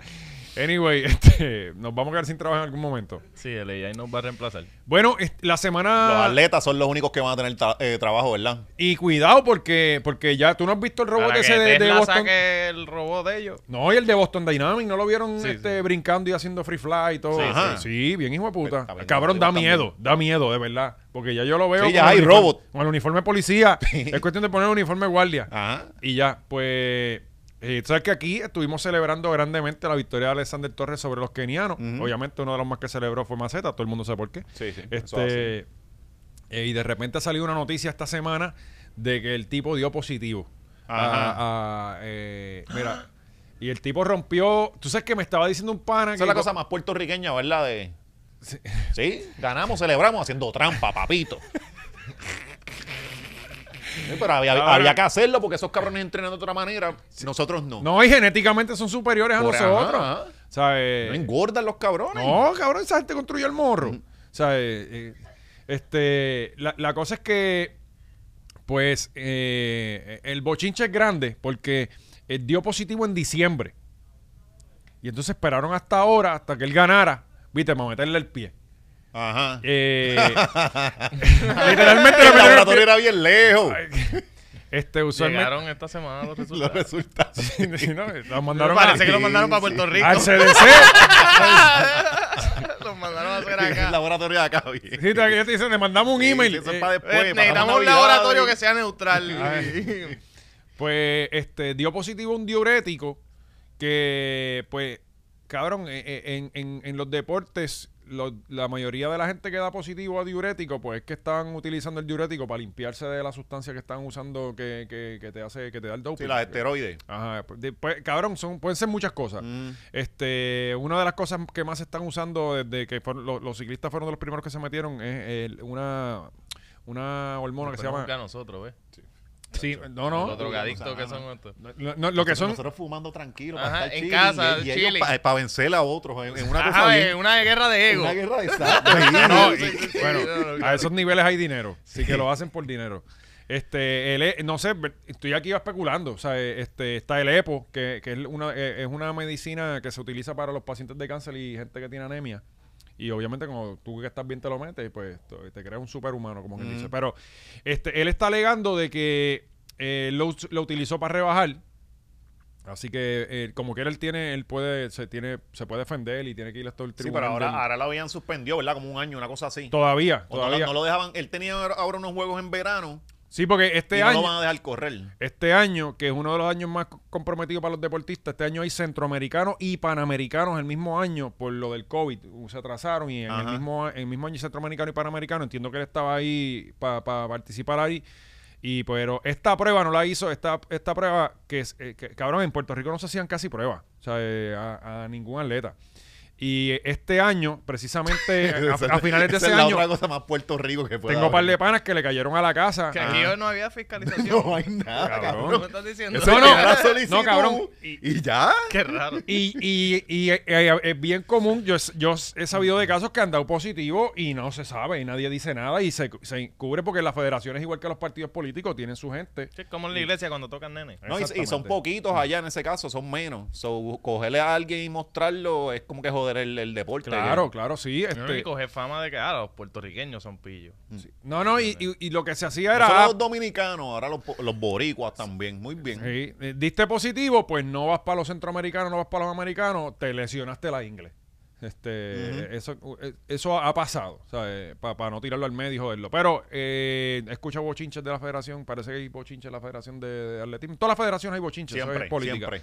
S2: Anyway, este, nos vamos a quedar sin trabajo en algún momento.
S4: Sí, el AI nos va a reemplazar.
S2: Bueno, est- la
S3: Los
S4: Ah.
S2: semana...
S3: atletas son los únicos que van a tener tra- eh, trabajo, ¿verdad?
S2: Y cuidado porque porque ya tú no has visto el robot
S4: Para que
S2: ese de, de
S4: Tesla
S2: Boston.
S4: saque el robot de ellos.
S2: No, y el de Boston Dynamics, ¿no lo vieron
S4: Sí,
S2: este,
S4: sí.
S2: brincando y haciendo free fly y todo?
S3: Sí,
S2: Sí,
S3: sí.
S2: bien hijo de puta.
S3: Está bien
S2: Cabrón, da
S3: divertido
S2: miedo, da miedo, de verdad. Porque ya yo lo veo
S3: Sí, ya
S2: con el
S3: hay
S2: uniforme-
S3: robot.
S2: Con el uniforme de policía. es cuestión de poner el uniforme de guardia.
S3: Ajá.
S2: Y ya, pues. eh, sabes que aquí estuvimos celebrando grandemente la victoria de Alexander Torres sobre los kenianos. Obviamente, uno de los más que celebró fue Maceta, todo el mundo sabe por qué.
S3: Sí, sí, eso
S2: Este, eh, y de repente ha salido una noticia esta semana de que el tipo dio positivo.
S3: Ajá.
S2: A- a, eh, mira, y el tipo rompió. Tú sabes que me estaba diciendo un pana
S3: Esa
S2: que.
S3: es la cosa más puertorriqueña, ¿verdad? De... Sí, ganamos, celebramos haciendo trampa, papito. Sí, pero había,
S2: Ahora-
S3: había que hacerlo porque esos cabrones entrenan de otra manera. Nosotros no.
S2: No, y genéticamente son superiores a
S3: Por- ajá,
S2: nosotros. eh,
S3: ajá.
S2: ¿Sabes?
S3: No engordan los cabrones.
S2: No, cabrón, esa gente construyó el morro. O sea, eh, eh, este, la, la cosa es que, pues, eh, el bochinche es grande porque eh, dio positivo en diciembre. Y entonces esperaron hasta ahora, hasta que él ganara, viste, para meterle el pie.
S3: Ajá.
S2: Eh, literalmente le
S3: el
S2: metieron el
S3: laboratorio
S2: pie.
S3: era bien lejos.
S2: Este, usualmente.
S4: Llegaron esta semana los
S3: Los
S4: resultados.
S3: resultados.
S2: Sí, no, lo
S4: Me
S2: mandaron
S4: Parece
S2: a-
S4: que lo
S3: sí, Ah,
S4: mandaron para Puerto Rico.
S2: al CDC.
S4: Los mandaron a hacer
S3: El
S4: acá. Eh,
S3: laboratorio de acá. oye.
S2: Sí, te, ya te dicen, le mandamos un
S3: Sí,
S2: email.
S3: eso es
S2: Eh,
S3: para después, para
S4: Necesitamos un
S3: Navidad, Ah,
S4: laboratorio
S3: y-
S4: que sea neutral.
S2: Pues este dio positivo un diurético que, pues, cabrón, eh, eh, en, en- en los deportes, lo- la mayoría de la gente que da positivo a diurético, pues es que están utilizando el diurético para limpiarse de la sustancia que están usando que, que- que te hace, que te da el doping.
S3: Sí, las esteroides.
S2: Ajá, pues, de- pues, cabrón, son, pueden ser muchas cosas.
S3: Mm.
S2: Este, una de las cosas que más se están usando desde que fueron- lo- los ciclistas fueron de los primeros que se metieron es el- una, una hormona que se llama
S4: a nosotros, ¿ves?
S2: Sí, no,
S4: Los
S2: no.
S4: drogadictos que
S3: Gusano.
S4: son estos.
S2: Lo, no, lo que son.
S3: Nosotros fumando tranquilo.
S4: Ajá,
S3: para estar
S4: en
S3: chilling,
S4: casa,
S3: y- y, ellos
S4: chilling.
S3: para vencer a otros. En, en una cosa
S4: Ajá,
S3: bien-
S4: eh, una guerra de ego.
S3: una guerra de exacto.
S2: No,
S4: Sí,
S2: y-
S4: sí, sí,
S2: bueno,
S4: no, no,
S2: a
S4: claro.
S2: esos niveles hay dinero. Sí que lo hacen por dinero. Este, el E- no sé, ver- estoy aquí especulando. O sea, eh, este, está el EPO, que, que es, una, eh, es una medicina que se utiliza para los pacientes de cáncer y gente que tiene anemia. Y obviamente, como tú que estás bien te lo metes, pues t- te creas un superhumano, como quien
S3: Mm.
S2: dice. Pero este, él está alegando de que eh, lo, us- lo utilizó para rebajar. Así que, eh, como que él tiene, él puede, se tiene, se puede defender y tiene que ir hasta el
S3: Sí,
S2: tribunal.
S3: pero ahora,
S2: del-
S3: ahora lo habían suspendido, ¿verdad? Como un año, una cosa así.
S2: todavía,
S3: O no,
S2: todavía.
S3: no lo dejaban. Él tenía ahora unos juegos en verano
S2: Sí, porque este
S3: y no
S2: año,
S3: lo van a dejar correr.
S2: este año, que es uno de los años más comprometidos para los deportistas, este año hay centroamericanos y panamericanos el mismo año por lo del COVID. Uh, Se atrasaron y en el
S3: Ajá.
S2: mismo, el mismo año centroamericano y panamericano. Entiendo que él estaba ahí para participar ahí. Y pero esta prueba no la hizo, esta, esta prueba que es, eh, que- cabrón, en Puerto Rico no se hacían casi pruebas, o sea, eh, a, a ningún atleta. Y eh, este año, precisamente, a, a finales de
S3: Esa
S2: ese
S3: es la
S2: año,
S3: otra cosa más Puerto Rico que puede
S2: tengo un par de
S3: haber.
S2: panas que le cayeron a la casa.
S4: Que aquí yo no había fiscalización.
S3: No hay
S2: Cabrón.
S3: nada,
S4: ¿Qué
S3: cabrón.
S4: me estás diciendo?
S3: Eso
S2: No, no,
S3: llega la
S2: no,
S3: solicitud
S2: cabrón.
S3: Y, ya.
S4: Qué raro.
S2: Y, y, y, eh, eh, es bien común, yo, es- yo he sabido de casos que han dado positivo y no se sabe, y nadie dice nada y se, se cubre porque las federaciones, igual que los partidos políticos, tienen su gente.
S4: Es como en la iglesia cuando tocan nene.
S3: No, y, y son
S2: Exactamente.
S3: poquitos allá en ese caso, son menos. So, cogerle a alguien y mostrarlo es como que joder el, el deporte.
S2: Claro, claro, sí.
S4: Y
S2: Este,
S4: coge fama de que ah, los puertorriqueños son pillos.
S2: no, no, y, y- y lo que se hacía
S3: No solo
S2: era...
S3: los dominicanos, ahora los, po- los boricuas también. Muy bien.
S2: sí, eh, diste positivo, pues no vas para los centroamericanos, no vas para los americanos, te lesionaste la ingle. Este, eso, eh, eso ha pasado, para no tirarlo al medio y joderlo. Pero eh, escucha bochinches de la federación, parece que hay bochinches de la federación de, de atletismo. En todas las federaciones hay bochinches, eso
S3: Siempre,
S2: es política.
S3: siempre.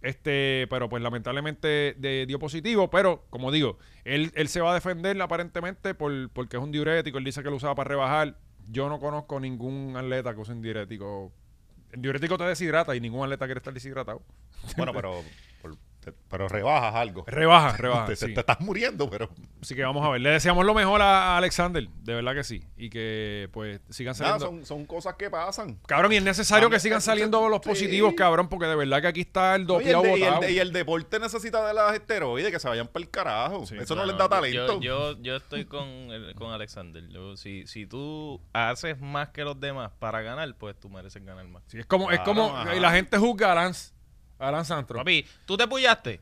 S2: Este, pero pues lamentablemente de- dio positivo, pero como digo, él, él se va a defender aparentemente por, porque es un diurético, él dice que lo usaba para rebajar. Yo no conozco ningún atleta que use un diurético. El diurético te deshidrata y ningún atleta quiere estar deshidratado.
S3: Bueno, pero, por- te- pero rebajas algo.
S2: Rebaja, rebaja.
S3: te, te-
S2: Ah, sí.
S3: te estás muriendo, pero.
S2: Así que vamos a ver. Le deseamos lo mejor a, a Alexander, de verdad que sí. Y que pues sigan
S3: Nada,
S2: saliendo.
S3: son, son cosas que pasan.
S2: Cabrón, y es necesario
S3: A mí-
S2: que sigan saliendo los
S3: Sí.
S2: positivos, cabrón, porque de verdad que aquí está el
S3: No, y, el,
S2: dopeado
S3: de- y el
S2: botado.
S3: de- y el deporte necesita de las esteroides que se vayan para el carajo.
S2: Sí,
S3: Eso no
S4: Bueno,
S3: les da
S4: yo-
S3: talento.
S4: Yo, yo, estoy con, el- con Alexander. Yo, si, si tú haces más que los demás para ganar, pues tú mereces ganar más.
S2: Sí, es como, es
S3: Claro,
S2: como
S3: ajá.
S2: y la gente juzga a Lance, a Lance Armstrong.
S4: Papi, tú te pullaste.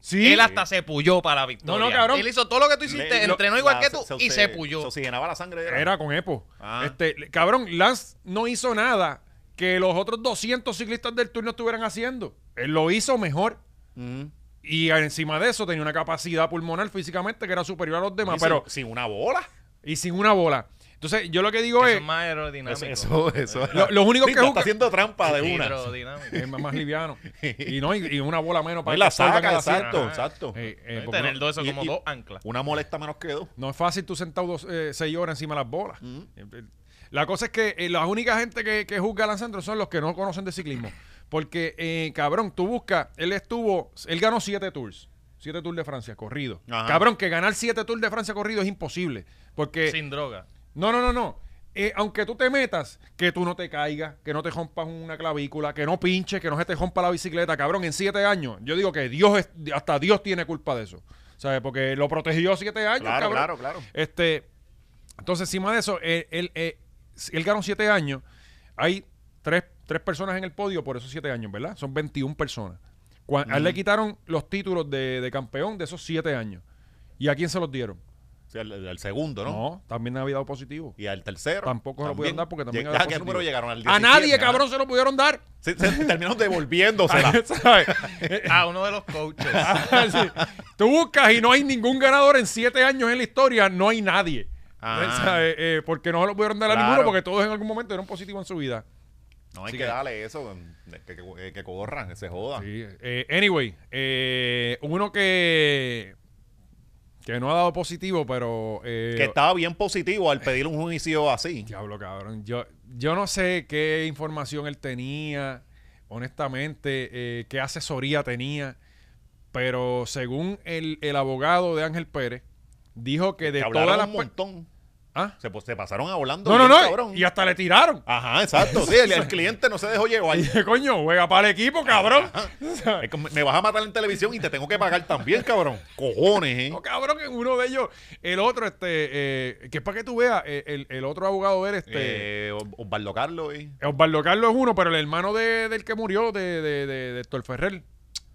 S2: Sí.
S4: Él hasta se pulló para la victoria.
S2: No, no, cabrón.
S4: Él hizo todo lo que tú
S3: Le-
S4: hiciste,
S3: lo-
S4: entrenó igual
S3: la-
S4: que tú y se pulló.
S3: Se oxigenaba la sangre.
S2: Era con Epo.
S3: Ah.
S2: Este, le- cabrón, Lance no hizo nada que los otros 200 ciclistas del turno estuvieran haciendo. Él lo hizo mejor.
S3: Mm.
S2: Y encima de eso tenía una capacidad pulmonar físicamente que era superior a los demás,
S3: Y sin-
S2: pero
S3: sin una bola.
S2: y sin una bola. Entonces, yo lo que digo
S4: Eso
S2: es,
S4: es más aerodinámico.
S3: Eso, eso.
S2: Lo- los únicos
S3: Sí,
S2: que
S3: ya
S2: busca-
S3: está haciendo trampa de una.
S4: Hidrodinámico.
S2: es más, más liviano. Y no, y, y una bola menos
S3: No,
S2: para
S3: y
S2: que
S3: Pues la
S2: salgan
S3: saca,
S2: a la sierra.
S3: exacto,
S2: Ajá.
S3: exacto.
S2: Eh, eh,
S4: Y
S2: porque
S4: Tener
S2: no-
S4: dos, eso
S3: y-
S4: como
S3: y-
S4: dos anclas.
S3: Una molesta menos que dos.
S2: No es fácil tú sentado dos, eh, seis horas encima de las bolas. Eh, La cosa es que eh, la única gente que, que juzga a Lance Armstrong son los que no conocen de ciclismo. Porque, eh, cabrón, tú buscas, él estuvo, él ganó siete tours. Siete tours de Francia corrido.
S3: Ajá.
S2: Cabrón, que ganar siete tours de Francia corrido es imposible. Porque
S4: Sin droga.
S2: no, no, no, no. Eh, aunque tú te metas, que tú no te caigas, que no te rompas una clavícula, que no pinches, que no se te rompa la bicicleta, cabrón, en siete años. Yo digo que Dios, es- hasta Dios tiene culpa de eso. ¿Sabes? Porque lo protegió siete años,
S3: Claro,
S2: cabrón.
S3: claro, claro.
S2: Este, entonces, encima de eso, él, él, eh, él ganó siete años. Hay tres, tres personas en el podio por esos siete años, ¿verdad? Son 21 personas. Cuan- A él le quitaron los títulos de, de campeón de esos siete años. ¿Y a quién se los dieron?
S3: O sea, al, al segundo,
S2: No,
S3: ¿no?
S2: también había dado positivo.
S3: Y al tercero.
S2: Tampoco se lo pudieron dar porque también
S3: Llega-
S2: había
S3: ¿A qué
S2: positivo.
S3: número llegaron? Al
S2: A
S3: 17,
S2: nadie,
S3: ¿no?
S2: cabrón, se lo pudieron dar.
S3: Se, se terminaron devolviéndosela.
S2: ¿Sabes?
S4: A Ah, uno de los coaches.
S2: Ah, Sí. Tú buscas y no hay ningún ganador en siete años en la historia, no hay nadie.
S3: Ah.
S2: ¿Sabes? Eh, porque no se lo pudieron dar a
S3: Claro.
S2: ninguno porque todos en algún momento eran positivos en su vida.
S3: No, hay
S2: Así
S3: que
S2: que-
S3: darle eso. Que, que, que corran, que se jodan.
S2: Sí, eh, anyway, eh, uno que que no ha dado positivo, pero eh,
S3: Que estaba bien positivo al pedir un juicio así.
S2: Diablo, cabrón. Yo, yo no sé qué información él tenía, honestamente, eh, qué asesoría tenía, pero según el, el abogado de Ángel Pérez, dijo que de
S3: Que
S2: todas
S3: hablaron
S2: las...
S3: un
S2: pe-
S3: montón.
S2: ¿Ah?
S3: Se, pues, se pasaron a Orlando.
S2: No, no,
S3: bien,
S2: no.
S3: cabrón.
S2: Y hasta le tiraron.
S3: Ajá, exacto. Sí, el, el cliente no se dejó llevar.
S2: Y dije, coño, juega para el equipo, cabrón.
S3: Es que me- me vas a matar en televisión y te tengo que pagar también, cabrón. Cojones, ¿eh?
S2: No, cabrón, que uno de ellos, el otro, este, eh, que es para que tú veas, eh, el, el otro abogado era este.
S3: Eh, Os- Osvaldo Carlos, ¿eh?
S2: Osvaldo Carlos es uno, pero el hermano de- del que murió, de, de, de, de Héctor Ferrer,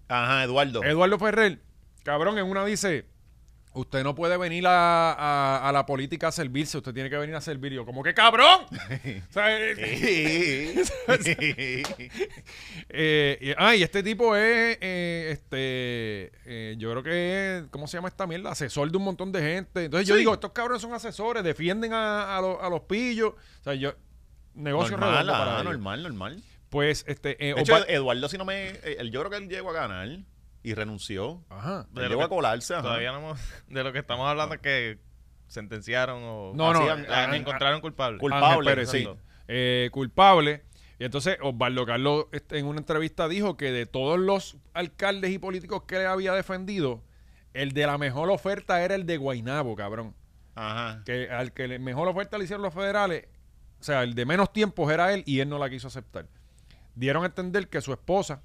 S3: Ajá, Eduardo.
S2: Eduardo Ferrer, cabrón, en una dice, usted no puede venir a, a- a la política a servirse, usted tiene que venir a servir. Y yo, como que cabrón. O sea, eh, eh, y- ah, y este tipo es, eh, este, eh, yo creo que es, ¿cómo se llama esta mierda? Asesor de un montón de gente. Entonces yo
S3: Sí.
S2: digo, estos cabrones son asesores, defienden a, a los- a los pillos. O sea, yo, negocio
S3: normal,
S2: redondo
S3: ajá,
S2: para ellos.
S3: normal, normal.
S2: Pues, este, eh,
S3: De hecho,
S2: Osva-
S3: Eduardo, si no me. eh, él- yo creo que él llegó a ganar y renunció.
S2: Ajá.
S3: Él
S4: De lo
S3: llegó
S4: que-
S3: a colarse. ajá.
S4: Todavía no hemos, de lo que estamos hablando es que sentenciaron o
S2: No, no,
S4: hacían-
S2: ah,
S4: ah, encontraron culpable.
S3: culpable,
S2: Ángel Pérez, Ah, sí.
S3: exacto.
S2: Eh, culpable. Y entonces Osvaldo Carlos este, en una entrevista dijo que de todos los alcaldes y políticos que le había defendido, el de la mejor oferta era el de Guainabo, cabrón.
S3: Ajá.
S2: Que al que le- mejor oferta le hicieron los federales, o sea, el de menos tiempos era él y él no la quiso aceptar. Dieron a entender que su esposa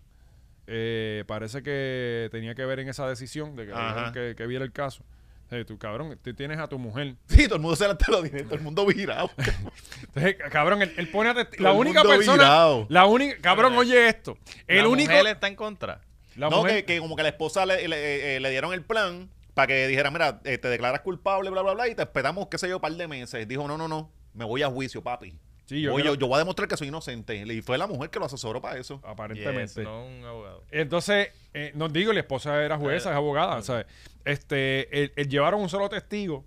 S2: eh, parece que tenía que ver en esa decisión de que,
S3: Ajá.
S2: que, que viera el caso. Eh, tú, cabrón, tú tienes a tu mujer
S3: Sí, todo el mundo se la te lo dije, todo el mundo virado.
S2: entonces, cabrón, él, él pone a testi-
S3: Todo
S2: La
S3: el
S2: única
S3: mundo
S2: persona.
S3: virado.
S2: La única. Cabrón,
S4: Pero,
S2: oye esto. El
S4: la
S2: único.
S4: mujer está en contra.
S2: la
S3: no,
S2: mujer-
S3: que, que como que la esposa le, le- eh, le dieron el plan para que dijera, mira, eh, te declaras culpable, bla, bla, bla, y te esperamos, qué sé yo, un par de meses. Dijo, no, no, no, me voy a juicio, papi.
S2: Sí, yo
S3: Voy-
S2: creo-
S3: yo, yo voy a demostrar que soy inocente. Y fue la mujer que lo asesoró para eso.
S2: Aparentemente.
S4: Yes, no un abogado.
S2: Entonces, eh, no digo, la esposa era jueza, es abogada,
S3: Eh,
S2: ¿sabes? Este, el- el llevaron un solo testigo.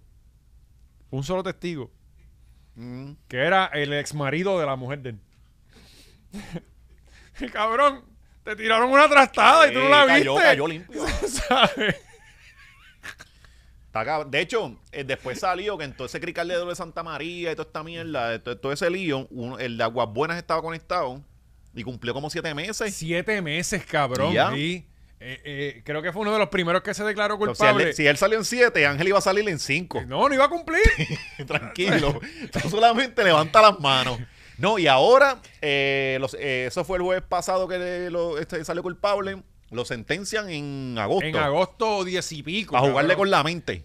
S2: Un solo testigo.
S3: Mm.
S2: Que era el ex marido de la mujer de él. cabrón, te tiraron una trastada Ah, y tú no
S3: Eh,
S2: la
S3: cayó,
S2: viste.
S3: cayó limpio.
S2: ¿Sabes?
S3: Está cab- De hecho, eh, después salió que entonces Ricardo de Santa María y toda esta mierda, de to- todo ese lío, uno- el de Aguas Buenas estaba conectado y cumplió como siete meses.
S2: Siete meses, cabrón.
S3: Ya.
S2: sí. Eh, eh, creo que fue uno de los primeros que se declaró
S3: O sea,
S2: culpable.
S3: él- si él salió en siete, Ángel iba a salir en cinco.
S2: No, no iba a cumplir.
S3: Tranquilo. Tú solamente levanta las manos. No, y ahora, eh, los- eh, eso fue el jueves pasado que le- lo- este, salió culpable. Lo sentencian en agosto.
S2: en agosto diez y pico.
S3: Para jugarle
S2: cabrón.
S3: con la mente.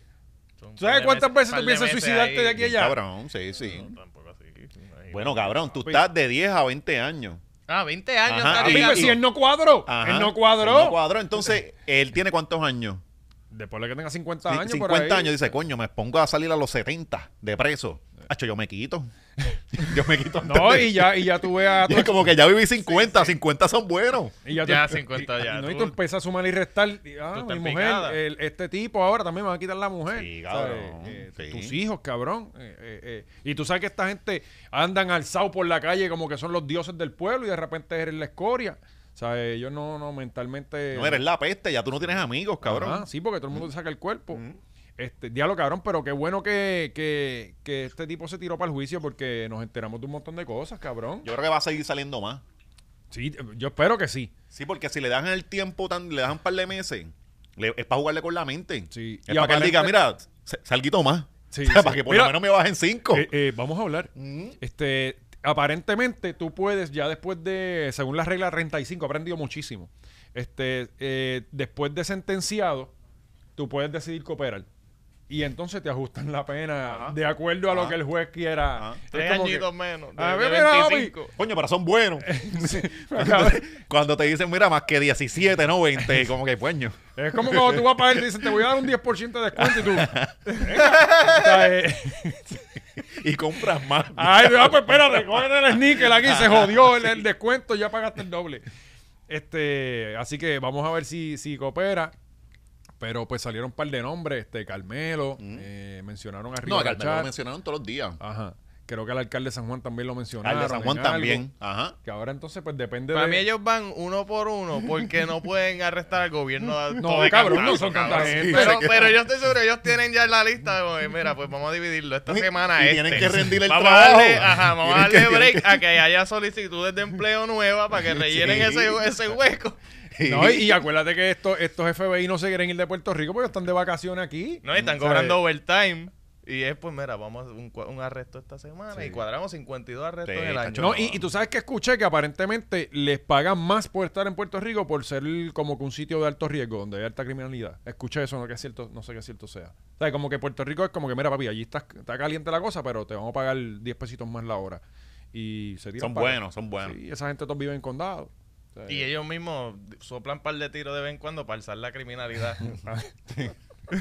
S4: Son
S2: ¿Tú sabes
S4: par de
S2: cuántas
S4: meses-
S2: veces
S4: par
S2: tú piensas
S4: meses
S2: suicidarte
S4: ahí.
S2: de aquí a allá?
S3: Cabrón, sí, sí.
S4: No, tampoco así. imagínate.
S3: Bueno, cabrón, tú
S2: Papi.
S3: estás de 10 a 20 años.
S4: Ah, 20 años.
S3: Ajá,
S2: Ah,
S4: está
S3: papi,
S2: sí,
S4: ligado.
S2: pues, si él no cuadró.
S3: Ajá.
S2: Él no cuadró.
S3: Él no cuadró. Entonces, ¿él tiene cuántos años?
S2: Después de que tenga 50
S3: Ci-
S2: años. por
S3: 50
S2: ahí.
S3: años. Dice, coño, me pongo a salir a los 70 de preso. Hacho, yo me quito. yo me quito. antes
S2: No,
S3: de-
S2: y ya, y ya tú veas.
S3: Y es como que ya viví 50. 50 son buenos.
S2: y ya,
S4: Ya,
S2: tú,
S4: 50
S2: y-
S4: ya,
S2: no, y tú
S4: tú-
S2: empiezas a sumar y restar. y, ah,
S4: estás
S2: mi mujer,
S4: picada.
S2: el- este tipo ahora también me va a quitar la mujer.
S3: Sí,
S2: ¿sabes?
S3: cabrón,
S2: Eh,
S3: sí.
S2: Tus hijos, cabrón. Eh, eh, eh. Y tú sabes que esta gente andan alzados por la calle como que son los dioses del pueblo y de repente eres la escoria. O sea, ellos no, no, mentalmente.
S3: No eres la peste, ya tú no tienes amigos, cabrón. Mm.
S2: Ajá, sí, porque todo el mundo te saca el cuerpo. Este, diablo, cabrón, pero qué bueno que, que, que este tipo se tiró para el juicio porque nos enteramos de un montón de cosas, cabrón.
S3: Yo creo que va a seguir saliendo más.
S2: Sí, eh, yo espero que sí.
S3: Sí, porque si le dan el tiempo, tan, le dan un par de meses, le- es para jugarle con la mente.
S2: Sí.
S3: Es
S2: Y
S3: para que él
S2: aparente-
S3: diga, mira, sa- salguito más.
S2: Sí,
S3: O sea,
S2: sí.
S3: Para que por
S2: Mira.
S3: lo menos me bajen cinco.
S2: Eh, eh, vamos a hablar.
S3: Mm.
S2: Este, aparentemente tú puedes, ya después de, según la regla 35, he aprendido muchísimo. Este, eh, después de sentenciado, tú puedes decidir cooperar. Y entonces te ajustan la pena de acuerdo a lo
S3: Ajá.
S2: que el juez quiera.
S3: Ajá.
S2: Es
S4: Tres
S2: como que-
S4: añitos menos. De,
S2: A ver,
S4: de
S2: mira,
S4: 25.
S3: Coño, pero son buenos.
S2: eh. Acaba-
S3: Cuando, cuando te dicen, mira, más que 17, no 20, como que coño.
S2: Es como cuando tú vas a pagar y te dicen, te voy a dar un 10% de descuento y tú. Venga. O sea, eh,
S3: Y compras más.
S2: Ay, no, pues espérate, cogen el sneaker aquí, se jodió el, el descuento, ya pagaste el doble. Este, así que vamos a ver si, si coopera. Pero pues salieron un par de nombres, este, Carmelo, eh, mencionaron a
S3: Mm.
S2: Río
S3: no, a Carmelo lo mencionaron todos los días.
S2: Ajá. Creo que al alcalde de San Juan también lo mencionaron.
S3: Al de San Juan
S2: en algo.
S3: también. Ajá.
S2: Que ahora entonces pues depende
S4: Para
S2: de...
S4: mí ellos van uno por uno porque no pueden arrestar al gobierno. a-
S2: No,
S4: todo de
S2: cabrón,
S4: cantazo,
S2: no son tanta
S4: cabrón.
S2: gente.
S4: Pero, pero yo estoy seguro, ellos tienen ya la lista. de, "Oye, mira, pues vamos a dividirlo esta semana.
S3: y
S4: este.
S3: tienen que rendir el
S4: vamos A darle,
S3: trabajo.
S4: ajá, vamos a
S3: Tienen que-
S4: darle break a que haya solicitudes de empleo nueva para que rellenen
S3: Sí.
S4: ese, ese hueco.
S2: No, y, y acuérdate que estos, estos FBI no se quieren ir de Puerto Rico porque están de vacaciones aquí.
S4: No, y están
S2: O sea,
S4: cobrando overtime. Y Y es, pues, mira, vamos a hacer un, cua- un arresto esta semana
S2: Sí.
S4: y cuadramos 52 arrestos
S3: Sí,
S4: en el año.
S3: cacho,
S2: No, y, y tú sabes que escuché que aparentemente les pagan más por estar en Puerto Rico por ser como que un sitio de alto riesgo, donde hay alta criminalidad. Escuché eso, no, que es cierto, no sé qué cierto sea. O sea, como que Puerto Rico es como que, mira, papi, allí está, está caliente la cosa, pero te vamos a pagar 10 pesitos más la hora. Y se tiran
S3: Son
S2: para-
S3: buenos, son buenos.
S2: Sí, esa gente todos vive en condado. O sea, eh,
S4: Y ellos mismos soplan par de tiros de vez en cuando para alzar la criminalidad.
S3: Ah,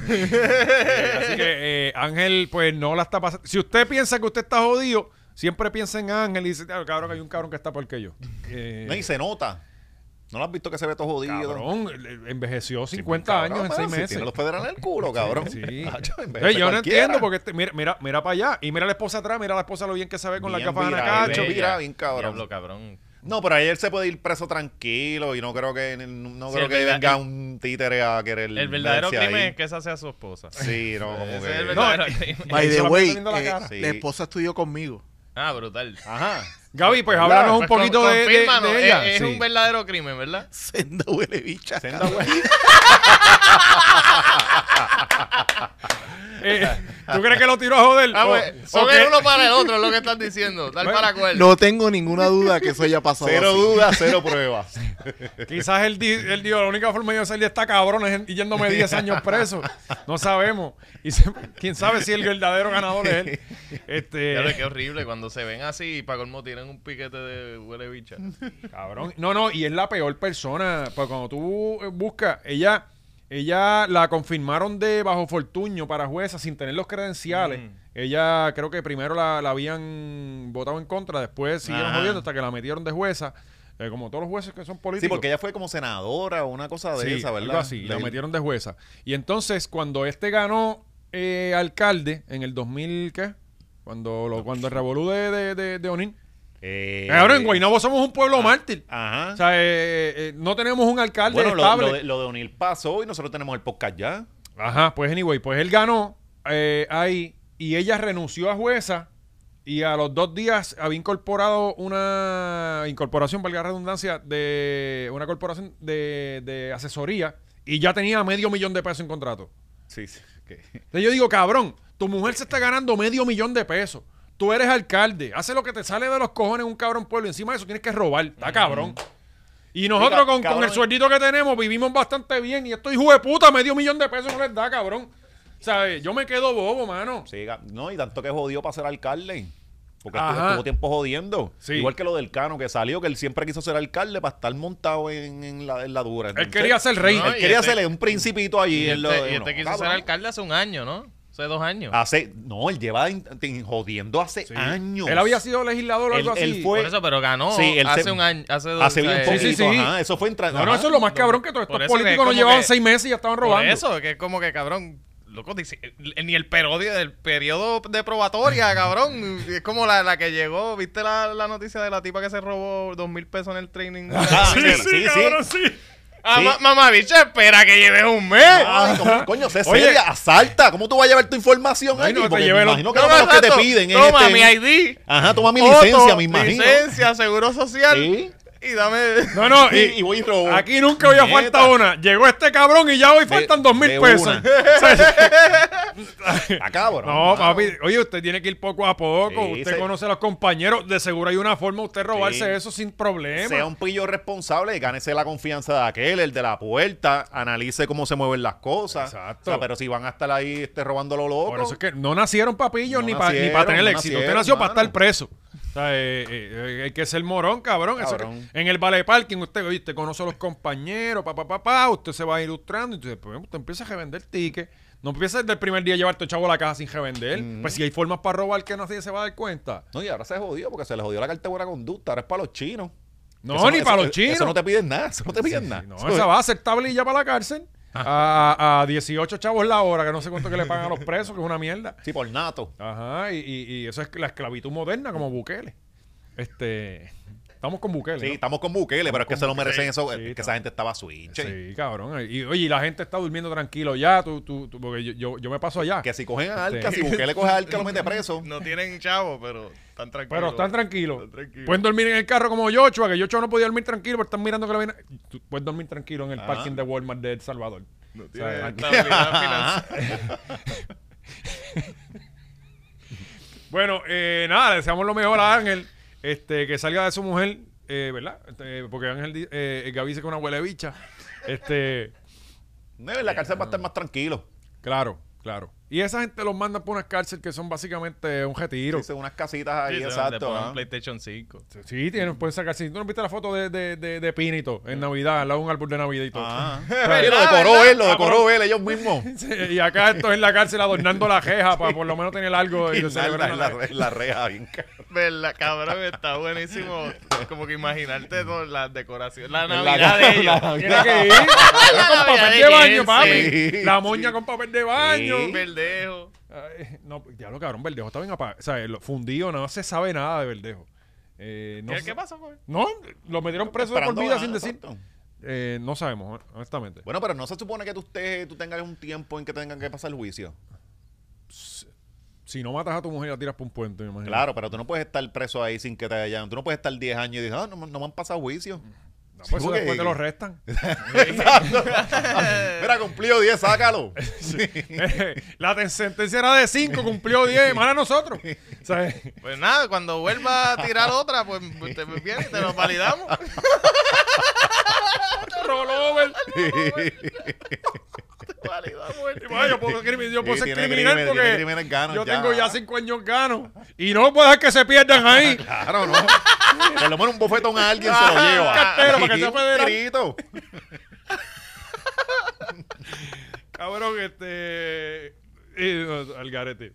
S2: Así que eh, Ángel, pues no la está pasando. Si usted piensa que usted está jodido, siempre piensa en Ángel y dice, "Ah, cabrón, hay un cabrón que está peor que yo. Eh,
S3: No, y se nota. ¿No lo has visto que se ve todo jodido?
S2: cabrón, eh, envejeció 50
S3: pues,
S2: años
S3: Cabrón,
S2: en
S3: mano,
S2: 6
S3: si
S2: meses.
S3: tiene los federales en el culo, cabrón.
S2: Sí.
S3: Cacho, en vez
S2: Ey,
S3: de
S2: yo no
S3: cualquiera.
S2: entiendo porque este- mira, mira, mira para allá y mira la esposa atrás, mira la esposa lo bien que se ve con la
S3: Bien
S2: capa de
S3: virada,
S2: Anacacho.
S3: bien. mira, bien cabrón.
S4: Ah, Diablo, cabrón.
S3: No, pero ayer se puede ir preso tranquilo y no creo que no
S4: Sí,
S3: creo
S4: el
S3: que
S4: verdad-
S3: venga un títere a querer
S4: El verdadero
S3: verse ahí.
S4: crimen es que esa sea su esposa.
S3: Sí, no, eh, como
S4: Ese
S3: que-
S4: es el verdadero crimen.
S7: By the
S2: solamente
S7: way,
S2: viendo la
S7: eh,
S2: cara.
S3: Sí.
S7: la esposa estudió conmigo.
S4: Ah, brutal.
S3: Ajá.
S2: Gaby, pues háblanos un
S4: Pues,
S2: poquito
S4: con-
S2: de, de- de
S4: confírmanos, es-
S2: ella.
S4: Es,
S2: Sí.
S4: un verdadero crimen, ¿verdad?
S7: Senda huele bicha.
S3: Senda güey.
S2: Eh, ¿Tú crees que lo tiró a joder?
S4: Ah,
S2: O-
S4: pues,
S2: o
S4: son
S2: que-
S4: el uno para el otro, es lo que están diciendo. Tal
S2: Bueno,
S4: para cual.
S3: eh.
S7: No tengo ninguna duda que eso haya pasado.
S3: Cero
S7: así.
S3: dudas, cero pruebas.
S2: Quizás él, di- él dijo, la única forma de yo salir de esta cabrón es y yéndome 10 años preso. No sabemos. Y se- quién sabe si el verdadero ganador es él.
S4: Diablo, qué
S2: Este,
S4: horrible cuando se ven así y para colmo tienen un piquete de huele bicha.
S2: cabrón. No, no, y es la peor persona. Pues cuando tú eh, buscas, ella, ella la confirmaron de bajo fortuño para jueza sin tener los credenciales.
S4: Mm.
S2: Ella creo que primero la, la habían votado en contra, después siguieron
S3: Ajá.
S2: jodiendo hasta que la metieron de jueza. Eh, como todos los jueces que son políticos.
S3: Sí, porque ella fue como senadora o una cosa de
S2: Sí,
S3: esa, ¿verdad?
S2: algo así, la
S3: Del-
S2: metieron de jueza. Y entonces, cuando este ganó eh, alcalde en el 2000, ¿qué? Cuando, lo, cuando el revolú de, de, de, de Onín.
S3: Eh, ah,
S2: Ahora en Guaynabo somos un pueblo mártir.
S3: Ajá.
S2: O sea, eh, eh, no tenemos un alcalde
S3: bueno, lo,
S2: estable.
S3: lo de, lo de O'Neill pasó y nosotros tenemos el podcast ya.
S2: Ajá, pues anyway, pues él ganó eh, ahí y ella renunció a jueza y a los dos días había incorporado una incorporación, valga la redundancia, de una corporación de, de asesoría y ya tenía medio millón de pesos en contrato.
S3: Sí, sí. que-
S2: Entonces yo digo, cabrón, tu mujer se está ganando medio millón de pesos. Tú eres alcalde, hace lo que te sale de los cojones en un cabrón pueblo. Encima de eso tienes que robar, está cabrón. Y nosotros
S3: Sí, ca-
S2: con, con
S3: cabrón.
S2: el sueldito que tenemos vivimos bastante bien. Y esto hijo de puta, medio millón de pesos no les da, cabrón. ¿Sabes? Yo me quedo bobo, mano.
S3: Sí, ga- no, y tanto que jodió para ser alcalde. Porque
S2: Ajá.
S3: estuvo, estuvo tiempo jodiendo.
S2: Sí.
S3: Igual que lo del Cano, que salió, que él siempre quiso ser alcalde para estar montado en, en la, en la dura.
S2: Él quería ser rey.
S4: No,
S3: Él
S4: y
S3: quería
S4: este-
S3: hacerle un principito allí.
S4: Y
S3: en lo
S4: este,
S3: de- no,
S4: y este quiso ser
S3: cabrón. Ah,
S4: alcalde hace un año, ¿no? Hace dos años.
S3: Hace, no, él lleva in- in- jodiendo hace
S2: Sí.
S3: años.
S2: Él había sido legislador o
S3: Él-
S2: algo así.
S3: él fue-
S4: Por eso, pero ganó
S3: pues, Sí, él
S4: hace
S3: se-
S4: un año. Hace, dos-
S3: Hace bien
S4: o sea,
S3: poquito.
S2: sí, sí.
S3: ajá, eso fue entrando.
S2: No, no, eso es lo más cabrón que todos
S4: Por
S2: estos
S4: eso que
S2: políticos no
S4: como
S2: llevaban
S4: que-
S2: seis meses y ya estaban
S4: Por
S2: robando.
S4: eso, que es como que, cabrón, loco, dice, eh, ni el periodo, el periodo de probatoria, cabrón. Es como la, la que llegó, ¿viste la, la noticia de la tipa que se robó dos mil pesos en el training?
S3: Ajá, sí, sí, sí.
S4: ah,
S3: sí. Ah,
S4: ma- mamá, bicha, espera que lleves un mes.
S3: Ay, ¿cómo- coño, sé
S2: Oye.
S3: seria, asalta. ¿Cómo tú vas a llevar tu información
S2: Ay,
S3: ahí?
S2: no, te
S3: Porque
S2: llevé
S3: me
S2: los-
S3: imagino que lo menos que te piden es
S4: Toma
S3: este-
S4: mi ID.
S3: Ajá, toma mi
S4: foto,
S3: licencia, me imagino.
S4: Licencia, seguro social.
S3: Sí.
S4: Y dame.
S2: No, no,
S3: Y,
S2: y,
S3: y voy y robo.
S2: aquí nunca había
S3: Nieta.
S2: falta una. Llegó este cabrón y ya hoy faltan dos mil
S3: de
S2: pesos.
S3: una.
S2: O sea,
S3: Está cabrón.
S2: No,
S3: mano.
S2: papi, oye, usted tiene que ir poco a poco.
S3: Sí,
S2: usted
S3: se-
S2: conoce a los compañeros. De seguro hay una forma de usted robarse
S3: Sí.
S2: eso sin problema.
S3: Sea un pillo responsable, gánese la confianza de aquel, el de la puerta, analice cómo se mueven las cosas.
S2: Exacto.
S3: O sea, pero si van a estar ahí este, robando lo loco.
S2: Por eso es que no nacieron papillos
S3: No
S2: ni, pa- ni
S3: nacieron,
S2: para tener
S3: no
S2: éxito. usted
S3: nacieron,
S2: nació para
S3: mano.
S2: estar preso. O sea, eh, eh, eh, hay que ser morón, cabrón. Eso
S3: Cabrón.
S2: que- en el vale parking, usted, oye, usted conoce a los compañeros, papá, papá, usted se va ilustrando y usted, pues, usted empieza a revender tickets. No empieza desde el primer día a llevarte chavo a la caja sin revender. Pues si hay formas para robar que nadie se va a dar cuenta.
S3: No, y ahora se jodió porque se les jodió la carta de buena conducta. Ahora es para los chinos.
S2: No,
S3: Eso
S2: ni
S3: eso-
S2: para los
S3: eso-
S2: chinos.
S3: Eso no te piden nada. Eso no te piden nada.
S2: No,
S3: Eso-
S2: esa va a ser tablilla para la cárcel. A, a 18 chavos la hora, que no sé cuánto que le pagan a los presos, que es una mierda.
S3: Sí, por nato.
S2: Ajá, y, y- y eso es la esclavitud moderna, como Bukele. Este, estamos con Bukele.
S3: Sí,
S2: ¿no?
S3: estamos con Bukele, pero es que se lo merecen eso.
S2: Sí,
S3: es que
S2: estamos-
S3: esa gente estaba switch.
S2: Sí, cabrón. Y oye, y la gente está durmiendo tranquilo ya, tú, tú, tú- porque yo, yo, yo me paso allá.
S3: Que si cogen a Arca,
S2: Sí.
S3: si Bukele coge a Arca, lo mete preso.
S4: No tienen chavo, pero están tranquilos.
S2: Pero están tranquilos.
S4: Están tranquilos.
S2: Pueden dormir en el carro como Yochoa, que Yochoa no podía dormir tranquilo porque están mirando que lo viene. Tú Puedes dormir tranquilo en el
S3: Ah.
S2: parking de Walmart de El Salvador.
S4: No
S2: O sea,
S4: tienen
S2: aquí-
S4: estabilidad financiera.
S2: Bueno, eh, nada, le deseamos lo mejor a Ángel, este, que salga de su mujer, eh, ¿verdad? Este, porque Ángel, di- eh, Gaby dice que es una huele bicha. Este,
S3: No, en la cárcel va a estar más tranquilo.
S2: claro, claro. Y esa gente los manda por unas cárceles que son básicamente un retiro.
S3: Dice unas casitas ahí,
S4: Sí, se- te
S3: exacto.
S4: ponen
S3: ¿ah?
S4: PlayStation 5.
S2: Sí, tienen, pueden sacarse. ¿Tú no viste la foto de, de, de, de Pini y todo? En Navidad, al lado de un árbol de Navidad y todo.
S3: Ah.
S2: ¿Verdad,
S3: Sí, lo decoró
S2: verdad?
S3: él, lo decoró él, ellos mismos.
S2: Sí, y acá esto es en la cárcel adornando la jeja para por lo menos tener algo y
S3: Y
S2: lo
S3: nada,
S2: celebran.
S3: en la, en la reja, bien caro.
S4: ¿Verdad, cabrón? Está buenísimo. Como que imaginarte todas las decoraciones. La
S3: La-
S4: Navidad de ellos.
S2: Tiene que ir con papel de baño, papi.
S3: Sí.
S2: La moña con papel de baño.
S3: Sí.
S4: Verdejo.
S2: Ay, no, ya lo cabrón, Verdejo está bien apagado. O sea, eh, lo fundido, no se sabe nada de Verdejo. Eh, no
S4: ¿Qué,
S2: se-
S4: qué pasó con él?
S2: No, lo metieron preso de por
S3: Esperando
S2: vida
S3: nada,
S2: sin decir.
S3: exacto.
S2: Eh, no sabemos, honestamente.
S3: Bueno, pero no se supone que tú, estés- tú tengas un tiempo en que tengan que pasar el juicio.
S2: Si no matas a tu mujer, la tiras por un puente, me imagino.
S3: Claro, pero tú no puedes estar preso ahí sin que te hayan. Tú no puedes estar 10 años y dices, ah, no, no me han pasado juicio.
S2: No, pues
S3: Sí,
S2: eso
S3: porque-
S2: después te lo restan.
S3: Exacto.
S2: Eh.
S3: Mira, cumplió 10, sácalo.
S2: la ten- sentencia era de 5, cumplió 10, mal a nosotros. O sea, eh,
S4: Pues nada, cuando vuelva a tirar otra, pues te viene y te lo validamos.
S2: rollover.
S4: Te validamos el-
S2: Y, bueno, yo puedo, crimi- yo puedo
S3: Sí,
S2: ser
S3: tiene
S2: criminal
S3: crimen-
S2: porque
S3: tiene crímenes ganos
S2: yo
S3: ya.
S2: tengo ya 5 años gano. Y no puedo dejar que se pierdan ahí.
S3: Claro, ¿no? Por lo menos un bofetón a alguien se lo lleva.
S2: un cartero para que sea
S3: Un
S2: federal.
S3: tirito.
S2: Cabrón, este. eh, al garete.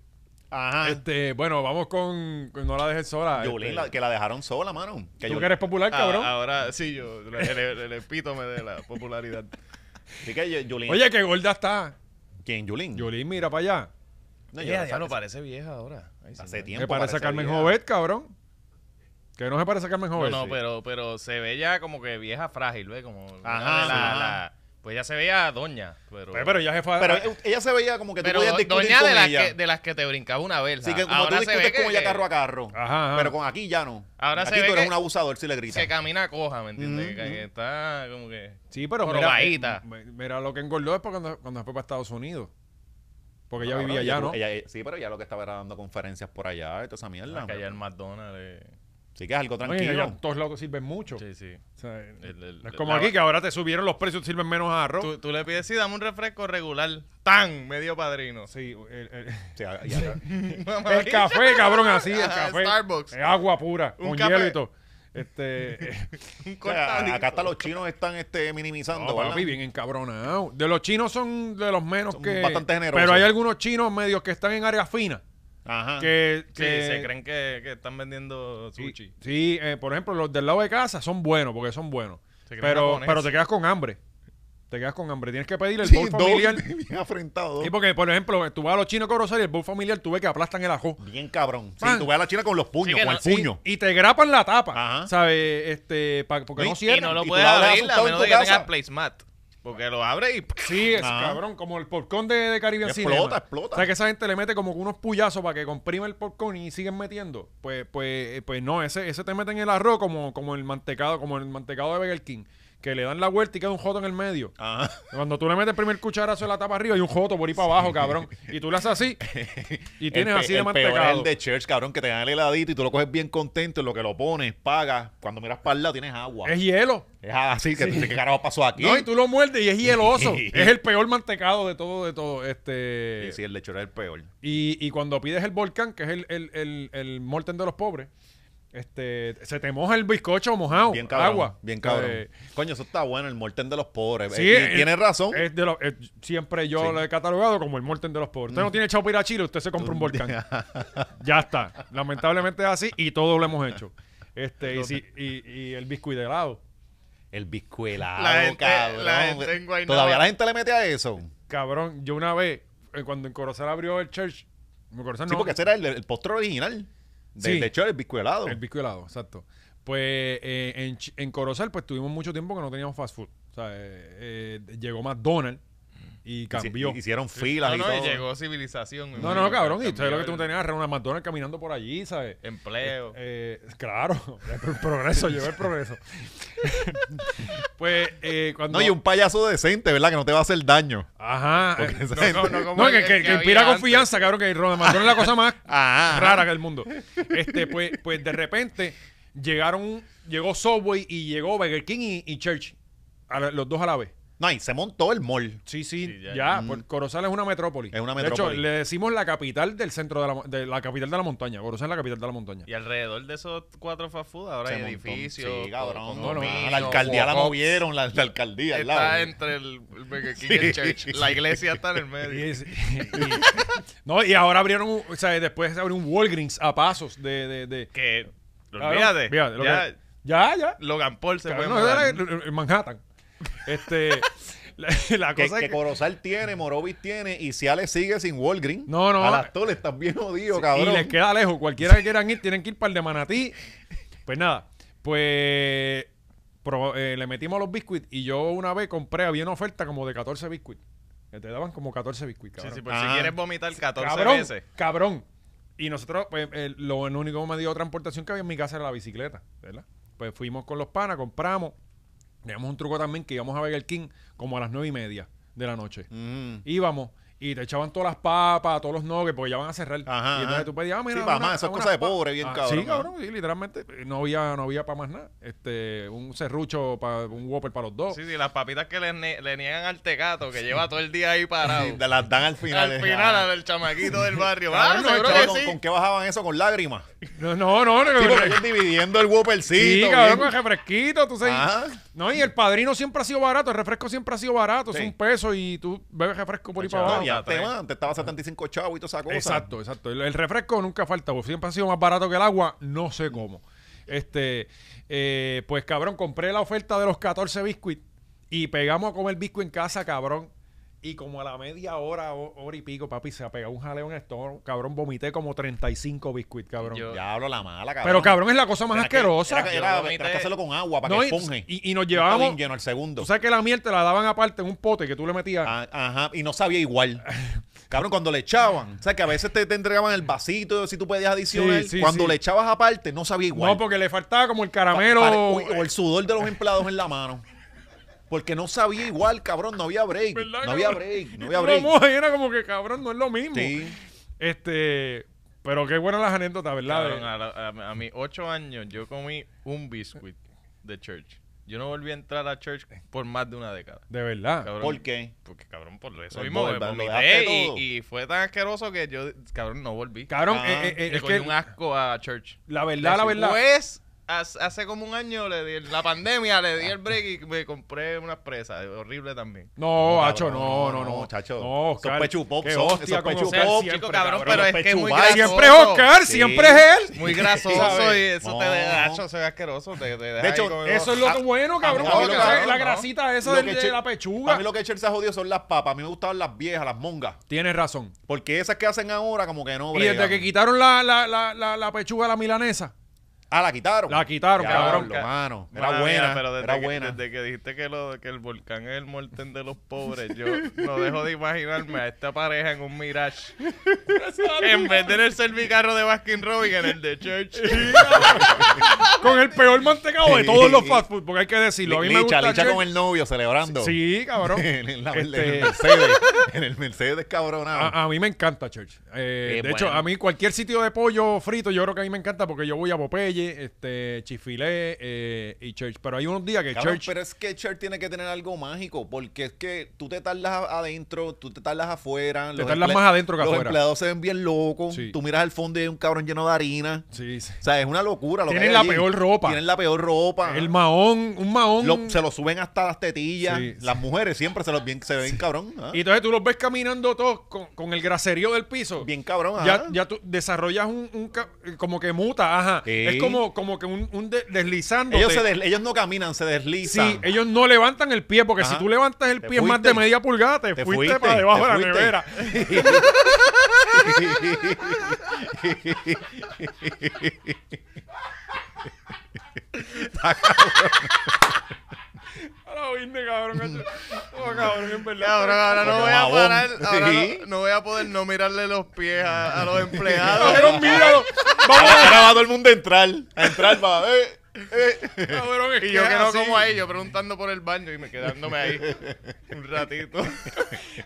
S3: Ajá.
S2: Este, bueno, vamos con. con No la dejes sola.
S3: Ah. Yulín,
S2: este.
S3: la- que la dejaron sola, mano. Que
S2: Tú
S3: Yul-
S2: que eres popular, cabrón.
S4: Ah, ahora sí, yo, el, el- el epítome de la popularidad.
S3: Sí, que Yu- Yulín-
S2: Oye, qué gorda está.
S3: ¿Quién? Yulín.
S2: Yolín, mira para allá.
S3: No, yo-
S4: Ella, diablo, parece vieja ahora. Ay,
S3: Hace
S4: señor.
S3: tiempo.
S2: Me parece a Carmen
S3: vieja.
S2: Jovet, cabrón. Que no se parece a Carmen
S4: No,
S2: Jovet.
S4: no,
S2: Sí.
S4: pero, pero se ve ya como que vieja frágil, ¿ves? Como una
S3: Ajá,
S4: de la-
S3: ajá.
S4: la- pues ya se veía doña, pero...
S2: Pero, pero ya se fue.
S3: Pero eh, ella se veía como que tú
S4: pero
S3: podías discutir
S4: doña
S3: con
S4: de las,
S3: ella.
S4: que, de las que te brincaba una verja.
S3: Así que como
S4: ahora
S3: tú
S4: se ve
S3: discutes
S4: que,
S3: con ella
S4: que-
S3: carro a carro.
S2: Ajá, ajá.
S3: Pero con aquí ya no.
S4: Ahora se
S3: aquí
S4: ve
S3: tú eres
S4: que-
S3: un abusador si le gritas.
S4: que camina coja, ¿me
S3: Mm,
S4: entiendes? Que- que está como que...
S2: sí, pero mira,
S4: Jorobadita.
S2: eh, mira, lo que engordó es porque cuando, cuando se fue para Estados Unidos. Porque ella
S3: Cabrón,
S2: vivía allá, ¿no?
S3: ella- ella- sí, pero ya lo que estaba era dando conferencias por allá y toda esa mierda.
S4: Que allá el McDonald's... eh,
S3: Sí que es algo
S2: Oye,
S3: tranquilo.
S2: allá en todos lados te sirven mucho.
S4: Sí, sí.
S2: O sea,
S4: el-
S2: no es como
S4: la-
S2: aquí que ahora te subieron los precios, te sirven menos arroz.
S4: Tú, tú le pides, sí, dame un refresco regular. ¡Tan! Medio padrino.
S2: Sí, el, el-
S3: Sí, a- y a-
S2: el café, cabrón, así, el
S4: Ajá,
S2: café.
S4: Starbucks.
S2: Es agua pura,
S4: Un
S2: con
S4: café.
S2: hielo y todo. Este, eh,
S4: Un
S3: o sea,
S4: cortadito.
S3: acá hasta los chinos están este, minimizando,
S2: no,
S3: ¿verdad?
S2: papi, bien encabronado. De los chinos son de los menos
S3: Son
S2: que...
S3: bastante generosos.
S2: Pero hay algunos chinos medios que están en áreas finas.
S3: Ajá.
S2: Que,
S4: Ah, Sí,
S2: que-
S4: se creen que, que están vendiendo
S2: Sí,
S4: sushi.
S2: sí, eh, por ejemplo, los del lado de casa son buenos, porque son buenos.
S4: Se creen
S2: Pero,
S4: japoneses.
S2: pero te quedas con hambre. Te quedas con hambre. Tienes que pedir el
S3: Sí,
S2: bowl
S3: dos,
S2: familiar.
S3: bien afrentado.
S2: Sí, porque, por ejemplo, tú vas a los chinos con Rosario y el bowl familiar, tú ves que aplastan el ajo.
S3: Bien cabrón. Si
S2: Pan.
S3: tú ves a la china con los puños,
S4: Sí, que
S3: con
S4: no-
S3: el
S2: Sí,
S3: puño.
S2: y te grapan la tapa,
S3: Ajá.
S2: ¿sabes? Este, pa- porque
S3: No,
S2: no
S3: y-
S2: cierran.
S4: Y no lo
S3: Y tú
S4: puedes
S3: la dejas
S4: abrir a
S3: asustado en
S4: menos
S3: tu
S4: de que tengas
S3: casa.
S4: placemat. Porque lo abre y...
S2: Sí, es
S3: Ajá.
S2: cabrón, como el popcorn de, de Caribbean
S3: Explota,
S2: Cinema.
S3: explota.
S2: O sea, que esa gente le mete como que unos puyazos para que comprime el popcorn y siguen metiendo. Pues pues eh, pues no, ese ese te meten el arroz como como el mantecado, como el mantecado de Burger King, que le dan la vuelta y queda un joto en el medio.
S3: Ajá.
S2: Cuando tú le metes el primer cucharazo en la tapa arriba y un joto por ahí para abajo, cabrón. Y tú le haces así y tienes
S3: El pe-
S2: así de
S3: el Peor es
S2: mantecado.
S3: el de Church, cabrón, que te dan el heladito y tú lo coges bien contento, en lo que lo pones, pagas. Cuando miras para el lado tienes agua.
S2: Es
S3: Es,
S2: hielo.
S3: así que ¿qué carajo pasó aquí?
S2: No, y tú lo muerdes y es hieloso.
S3: Sí.
S2: es el peor mantecado de todo, de todo. Este.
S3: Sí, sí, el de Church es el peor.
S2: Y, y cuando pides el volcán, que es el, el, el, el molten de los pobres, este, se te moja el bizcocho mojado.
S3: Bien cabrón.
S2: Oh, agua.
S3: Bien cabrón.
S2: Eh,
S3: Coño, eso está bueno, el morten de los pobres.
S2: sí,
S3: Eh, y
S2: es-
S3: tienes razón.
S2: es de los- es- siempre yo
S3: Sí. Mm.
S2: lo he catalogado como el molten de los pobres. Usted no tiene chau para ir a Chile, usted se compra un volcán. ya está. Lamentablemente es así y todo lo hemos hecho. Este, y, si- y, y el bizcocho de helado.
S3: el biscuelado,
S4: La gente-
S3: cabrón.
S4: la gente en Guaynabo.
S3: Todavía la gente le mete a eso.
S2: Cabrón, yo una vez, eh, cuando en Corozal abrió el church, en Corozal
S3: Sí,
S2: no,
S3: porque ese era el, el postre original. De,
S2: Sí.
S3: de hecho, el biscuelado.
S2: El bizco helado, exacto. Pues eh, en, Ch- en Corozal, pues tuvimos mucho tiempo que no teníamos fast food. O sea, eh, eh, llegó McDonald's, y cambió.
S3: Hici- Hicieron filas
S4: No,
S3: y
S4: no, y
S3: todo.
S4: llegó civilización.
S2: no, no, cabrón. Y
S4: Cambió
S2: ustedes lo que tú
S4: el
S2: tenías era una McDonald's caminando por allí, ¿sabes?
S4: Empleo.
S2: Eh, claro, el progreso, lleva el progreso. pues eh, cuando.
S3: No, y un payaso decente, ¿verdad? Que no te va a hacer daño.
S2: Ajá.
S3: Porque
S2: eh,
S3: esa
S2: no,
S3: gente-
S4: no, no, como
S2: no,
S4: el
S2: que, que-
S4: que
S2: que
S4: había
S2: inspira
S4: antes.
S2: confianza, cabrón, que Ronald McDonald es la cosa más
S3: Ah,
S2: rara que el mundo. Este, pues, pues de repente llegaron, llegó Subway y llegó Burger King y, y Church. a la- los dos a la vez.
S3: No, y se montó el mall.
S2: Sí, sí,
S4: Sí,
S2: ya.
S4: ya.
S2: por- Corozal es una metrópoli.
S3: Mm. Es una
S2: De
S3: metrópoli.
S2: hecho, le decimos la capital del centro de la, mo- de la capital de la montaña. Corozal es la capital de la montaña.
S4: Y alrededor de esos cuatro fast food ahora hay
S3: Se montó.
S4: edificios.
S3: Sí, cabrón.
S4: condominios,
S3: Ah, la alcaldía la
S4: walk-ups.
S3: movieron, la, la alcaldía. al lado.
S4: Está entre el el Burger King y el Church. La iglesia está en el
S2: Y
S4: medio.
S2: es- y- no, y ahora abrieron, un- o sea, después se abrió un Walgreens a pasos de... de, de-
S4: Que,
S2: Cabrón,
S4: olvídate.
S2: fíjate, lo
S4: ya,
S2: que- ya, ya.
S4: Logan Paul se puede
S2: Cabrón, no,
S4: mudar.
S2: era en- en Manhattan. Este, la, la
S3: Que,
S2: cosa
S3: que
S2: es que...
S3: Corozal tiene, Morovis tiene y Ciales sigue sin Walgreens.
S2: No, no.
S3: A las toles están bien jodidos, cabrón.
S2: Y les queda lejos. Cualquiera que quieran ir, tienen que ir para el de Manatí. Pues nada, pues pro- eh, le metimos los biscuits y yo una vez compré, había una oferta como de 14 biscuits. Que te daban como 14 biscuits,
S4: Sí,
S2: cabrón.
S4: sí, por
S3: Ah.
S4: si quieres vomitar 14
S2: cabrón,
S4: veces.
S2: cabrón. Y nosotros, pues, eh, lo el único medio de transportación que había en mi casa era la bicicleta, ¿verdad? Pues fuimos con los panas, compramos. Teníamos un truco también que íbamos a Burger King como a las nueve y media de la noche
S3: Mm.
S2: íbamos y te echaban todas las papas, todos los nuggets, porque ya van a cerrar.
S3: Ajá,
S2: y entonces
S3: ajá.
S2: tú pedías, ah, mira,
S3: Sí, pa' más, eso es cosa de
S2: pa-
S3: pobre, bien
S2: Ah,
S3: cabrón,
S2: Sí,
S3: ¿no?
S2: cabrón, sí, literalmente eh, no había, no había para más nada. Este, un serrucho, para un Whopper para los dos.
S4: Sí, sí, las papitas que le, ne- le niegan al tecato, que lleva todo el día ahí parado.
S3: Y te las dan al final.
S4: al
S3: eh,
S4: final,
S3: ah.
S4: al chamaquito del barrio.
S2: Cabrón,
S4: Ah,
S2: no,
S4: seguro
S3: Chaval,
S4: que
S3: ¿con,
S4: sí.
S3: con qué bajaban eso? Con lágrimas.
S2: No, no, no. no,
S3: Sí,
S2: no.
S3: porque ellos dividiendo el Whoppercito.
S2: Sí,
S3: bien.
S2: cabrón, con refresquito, tú sabes.
S3: Ajá.
S2: No, y el padrino siempre ha sido barato, el refresco siempre ha sido barato,
S3: Sí.
S2: es un peso y tú bebes refresco por ahí para
S4: Chaval,
S2: abajo.
S3: No, ya
S4: Ajá.
S3: te van, te estaba 75 chavos y toda esa cosa.
S2: Exacto, exacto. El, el refresco nunca falta, porque siempre ha sido más barato que el agua, no sé cómo. Este, eh, pues cabrón, compré la oferta de los 14 biscuits y pegamos a comer biscuit en casa, cabrón. Y como a la media hora, ho- hora y pico, papi, se ha pegado un jaleo en el estómago, cabrón, vomité como 35 biscuits, cabrón.
S4: Yo-
S3: Ya hablo la mala, cabrón.
S2: Pero cabrón, es la cosa más
S3: Era que-
S2: asquerosa.
S3: Era, que- era-
S4: Yo vomité.
S3: tenías que hacerlo con agua para
S2: No,
S3: que
S2: y-
S3: esponje.
S2: y- y nos
S3: No
S2: llevábamos-
S3: estaba bien lleno el segundo.
S2: Tú sabes que la miel te la daban aparte en un pote que tú le metías.
S3: Ah, Ajá, y no sabía igual. Cabrón, cuando le echaban, o sea, que a veces te, te entregaban el vasito, si tú pedías adicional.
S2: Sí, sí,
S3: cuando
S2: sí.
S3: le echabas aparte, no sabía igual.
S2: no, porque le faltaba como el
S3: Pa-
S2: caramelo.
S3: pare- uy, o el sudor de los empleados en la mano. Porque no sabía igual, cabrón, no había break.
S2: ¿Verdad,
S3: No había
S2: cabrón?
S3: break,
S2: Y tú
S3: no había
S2: lo
S3: break.
S2: mojas y era como que cabrón, no es lo mismo.
S3: Sí.
S2: Este, pero qué buenas las anécdotas, ¿verdad?
S4: Cabrón,
S3: ah.
S2: De-
S4: a, la- a- a mis ocho años yo comí un biscuit de church. Yo no volví a entrar a church por más de una década.
S2: de, verdad.
S4: Cabrón,
S3: ¿Por qué?
S4: Porque cabrón, por eso
S3: El
S4: mismo me
S3: Bolvar, lo
S4: vomité
S3: dejaste todo.
S4: y, y fue tan asqueroso que yo, cabrón, no volví.
S2: Cabrón,
S3: Ah.
S2: eh, eh, eh,
S4: Le
S2: es
S4: cogí
S2: que
S4: un asco a church.
S2: la verdad, la verdad.
S4: Pues, hace hace como un año, le di el- la pandemia, le di el break y me compré unas presas. Horrible también.
S2: No, Hacho,
S3: cabrón,
S2: no, no,
S3: no,
S2: no.
S3: chacho.
S2: No, Oscar.
S3: Esos pechu pop
S2: qué
S3: son,
S2: hostia
S3: esos
S2: con
S3: pechu
S2: Oscar
S3: pop.
S2: siempre,
S4: Chico, cabrón,
S2: cabrón.
S4: pero
S3: los
S4: es que es muy
S3: pechugazos.
S4: grasoso.
S2: Siempre es Oscar,
S3: Sí.
S2: siempre es él.
S4: Muy grasoso
S2: ¿Sabes?
S4: y eso te
S3: No.
S4: deja, hacho, se ve asqueroso. Te, te
S3: De
S4: deja ahí
S3: hecho,
S4: como-
S2: Eso es lo
S3: Ah, A-
S2: bueno, cabrón.
S3: a mí
S2: porque
S3: lo
S2: esa-
S3: cabrón,
S2: la
S3: ¿no?
S2: grasita esa
S3: Lo
S2: del-
S3: que
S2: de,
S3: eche-
S2: la
S3: A
S2: pechuga.
S3: mí lo que echarse jodido son las papas. A mí me gustaban las viejas, las mongas.
S2: Tienes razón.
S3: Porque esas que hacen ahora, como que no.
S2: Y desde
S3: bregan.
S2: que quitaron la, la, la, la, la pechuga a la milanesa.
S3: Ah, la quitaron.
S2: La quitaron,
S3: Cabrón,
S2: cabrón.
S4: ca-
S3: mano. Era
S4: "Ah, Mala
S3: buena.
S4: mía, pero desde
S3: era
S4: que,
S3: buena.
S4: Desde que dijiste que, lo, que el volcán es el molten de los pobres, yo no dejo de imaginarme a esta pareja en un Mirage. en vez de en el servicarro de Baskin Robbins, en el de Church.
S2: Con el peor mantecado de todos los fast food, porque hay que decirlo. A mí me
S3: Licha,
S2: gusta
S3: Licha
S2: Church.
S3: con el novio celebrando.
S2: Sí, cabrón.
S3: en, la- en
S2: Este- Ah,
S3: el Mercedes. en el Mercedes, cabronado.
S2: A, a mí me encanta Church. Eh, de
S3: Eh,
S2: hecho,
S3: bueno.
S2: a mí cualquier sitio de pollo frito, yo creo que a mí me encanta porque yo voy a Popeye, este, Chifilé eh, y Church. Pero hay unos días que
S3: Cabrón,
S2: Church.
S3: pero es que Church tiene que tener algo mágico, porque es que tú te tardas a- adentro, tú te tardas afuera. los
S2: tardas
S3: emple-
S2: más adentro que
S3: Los
S2: afuera.
S3: empleados se ven bien locos.
S2: Sí.
S3: Tú miras al fondo y hay un cabrón lleno de harina.
S2: Sí, sí.
S3: O sea, es una locura. Lo que
S2: Tienen
S3: hay
S2: la
S3: allí.
S2: peor ropa.
S3: Tienen la peor ropa.
S2: El mahón, un mahón.
S3: Ah. Lo- se lo suben hasta las tetillas.
S2: Sí,
S3: las mujeres siempre se, los bien, se ven cabrón. ¿ah?
S2: Y entonces tú los ves caminando todos con, con el graserío del piso.
S3: Bien cabrón. ¿ah?
S2: Ya,
S3: ajá.
S2: ya tú desarrollas un, un ca- como que muta, ajá.
S3: Sí.
S2: Es como, como que un, un de- deslizando.
S3: ellos, se des- ellos no caminan, se deslizan.
S2: Sí, ellos no levantan el pie, porque
S3: Ajá.
S2: si tú levantas el
S3: Te
S2: pie más de
S3: fuiste.
S2: media pulgada, te,
S3: Te
S2: fuiste,
S3: fuiste,
S2: para debajo de
S3: te
S2: la
S3: fuiste.
S2: nevera.
S3: Está
S2: A la viste, cabrón. Oh, cabrón, en verdad.
S4: Cabrón, ahora no
S3: Porque
S4: voy a
S3: babón.
S4: parar. Ahora
S3: Sí.
S4: no, no voy a poder no mirarle los pies a, a los empleados.
S2: Cabrón, míralo.
S3: Ahora ahora va todo el mundo a entrar. A entrar va. eh, eh.
S2: Cabrón, es
S4: y yo que no
S2: así.
S4: como a ellos, preguntando por el baño y me quedándome ahí un ratito.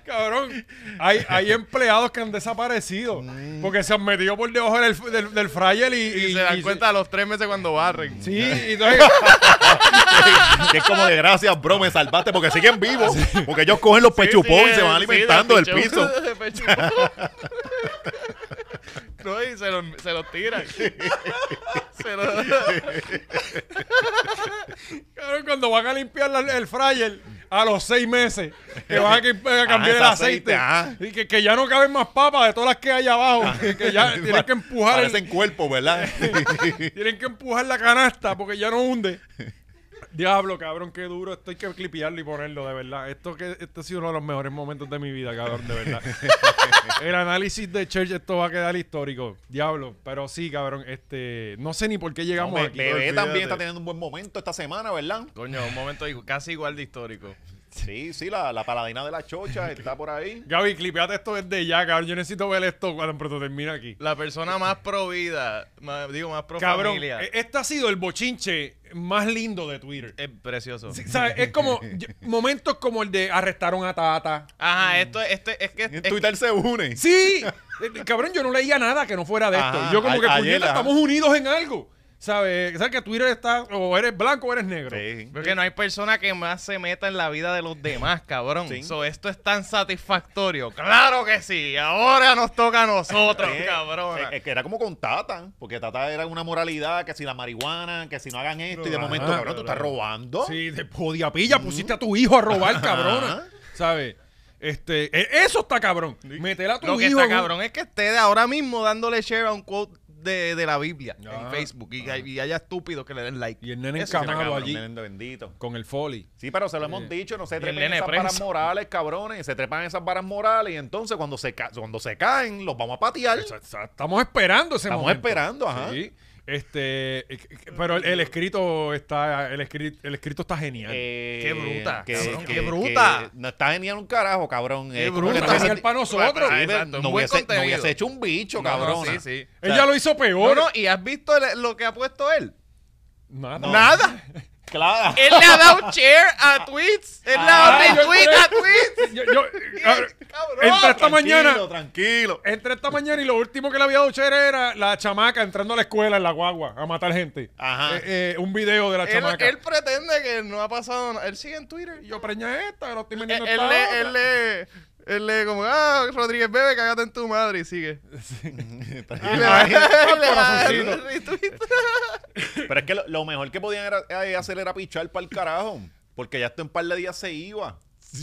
S2: Cabrón, hay, hay empleados que han desaparecido porque se han metido por debajo del, del, del fryer y,
S4: Y, se dan cuenta a los tres meses cuando barren.
S2: Sí, y entonces,
S3: Que es como de gracias, bro, me salvaste porque siguen vivos. Porque ellos cogen los pechupón pues y se van alimentando del piso.
S4: no, y se los, se los tiran. se los...
S2: cabrón, cuando van a limpiar la- el fryer a los seis meses, que van a, que- a cambiar el
S3: ese
S2: aceite,
S3: aceite, ajá.
S2: y que, que ya no caben más papas de todas las que hay abajo, que, que ya tienen que empujar el-
S3: Parecen cuerpo, ¿verdad?
S2: Tienen que empujar la canasta porque ya no hunde. Diablo, cabrón, qué duro. Esto hay que clipearlo y ponerlo, de verdad. Esto que este ha sido uno de los mejores momentos de mi vida, cabrón, de verdad. El análisis de Church, esto va a quedar histórico. Diablo, pero sí, cabrón, este. No sé ni por qué llegamos
S3: Hombre,
S2: aquí.
S3: Bebé
S4: olvídate.
S3: también está teniendo un buen momento esta semana, ¿verdad?
S4: Coño, un momento hijo, casi igual de histórico.
S3: Sí, sí, la, la paladina de la chocha está por ahí.
S2: Gaby, clipeate esto desde ya, cabrón. Yo necesito ver esto cuando pronto termina aquí.
S4: La persona más pro vida, más- digo, más pro
S2: Cabrón,
S4: familia. Eh,
S2: e- este ha sido el bochinche más lindo de Twitter.
S4: es precioso.
S2: Sí, ¿sabes? Es como yo- momentos como el de arrestaron a Tata.
S4: Ajá, esto, esto es que...
S3: En
S4: es-
S3: Twitter se une.
S2: Sí, Eh, cabrón, yo no leía nada que no fuera de esto.
S3: Ajá,
S2: yo como
S3: a-
S2: que
S3: ayer,
S2: puñeta,
S3: ajá.
S2: estamos unidos en algo. ¿Sabes? ¿Sabes que Twitter está o eres blanco o eres negro?
S3: Sí.
S4: Porque no hay persona que más se meta en la vida de los demás, cabrón.
S3: Sí.
S4: So, esto es tan satisfactorio. ¡Claro que sí! Ahora nos toca a nosotros, cabrón.
S3: Eh, Es, es que era como con Tata, porque Tata era una moralidad, que si la marihuana, que si no hagan esto, y de
S2: Ajá,
S3: momento, cabrón, tú estás robando.
S2: Sí, de jodida pilla, pusiste a tu hijo a robar, cabrona. ¿Sabes? Este, e- eso está cabrón. Meter a tu
S4: Lo que
S2: hijo. en
S4: está
S2: un-
S4: cabrón es que esté ahora mismo dándole share a un quote de, de la Biblia en
S2: Ah,
S4: Facebook y, hay- y haya estúpidos que le den like.
S2: Y el nene
S4: Eso está
S2: encamado
S4: cabrón,
S2: allí
S3: Nene Bendito.
S2: con el folly.
S3: Sí, pero se lo hemos dicho, no se
S4: el
S3: trepen
S4: nene
S3: esas
S4: preso.
S3: varas morales, cabrones. Se trepan esas varas morales y entonces cuando se, ca- cuando se caen, los vamos a patear.
S2: O sea, o sea, Estamos esperando ese
S3: Estamos
S2: momento.
S3: esperando, ajá.
S2: Sí. Este, eh, pero el, el escrito está el escrito, el escrito está genial.
S3: Eh,
S4: Qué bruta,
S3: que-
S4: cabrón,
S3: que-
S4: qué bruta.
S3: que no está genial un carajo, cabrón.
S4: Qué
S3: Eh,
S4: bruta.
S3: porque
S2: Está
S3: no hubiese-
S2: genial para nosotros.
S3: Sí, pero
S4: Exacto, un
S3: no,
S4: buen
S3: hubiese, no
S4: contenido.
S3: hubiese hecho un bicho,
S4: No, no,
S3: cabrón.
S4: sí, sí.
S2: Ella lo hizo
S4: No,
S2: peor.
S4: no, y has visto le- lo que ha puesto él.
S2: Nada.
S4: Nada.
S3: Claro.
S4: Él le ha dado share a tweets. Él le ha dado
S2: Ah, yo
S4: retweet
S2: creo-
S4: a tweets.
S2: Yo- yo- cabrón,
S4: Cabrón.
S2: entre esta mañana,
S3: Tranquilo.
S2: entre esta mañana y lo último que le había dado share era la chamaca entrando a la escuela en la guagua a matar gente.
S3: Ajá.
S2: Eh, eh, un video de la
S4: Él,
S2: chamaca.
S4: él pretende que no ha pasado nada. Él sigue en Twitter.
S2: yo preña esta, no estoy
S4: Él,
S2: metiendo
S4: eh, él
S2: esta
S4: lee,
S2: otra.
S4: él lee, él lee como, ah, Rodríguez Bebe, cágate en tu madre y sigue. Y le da-
S2: Ay,
S4: y le da-
S2: corazoncito.
S4: retweet.
S3: Pero es que lo, lo mejor que podían era- eh, hacer era pichar para el carajo. Porque ya esto en par de días se iba.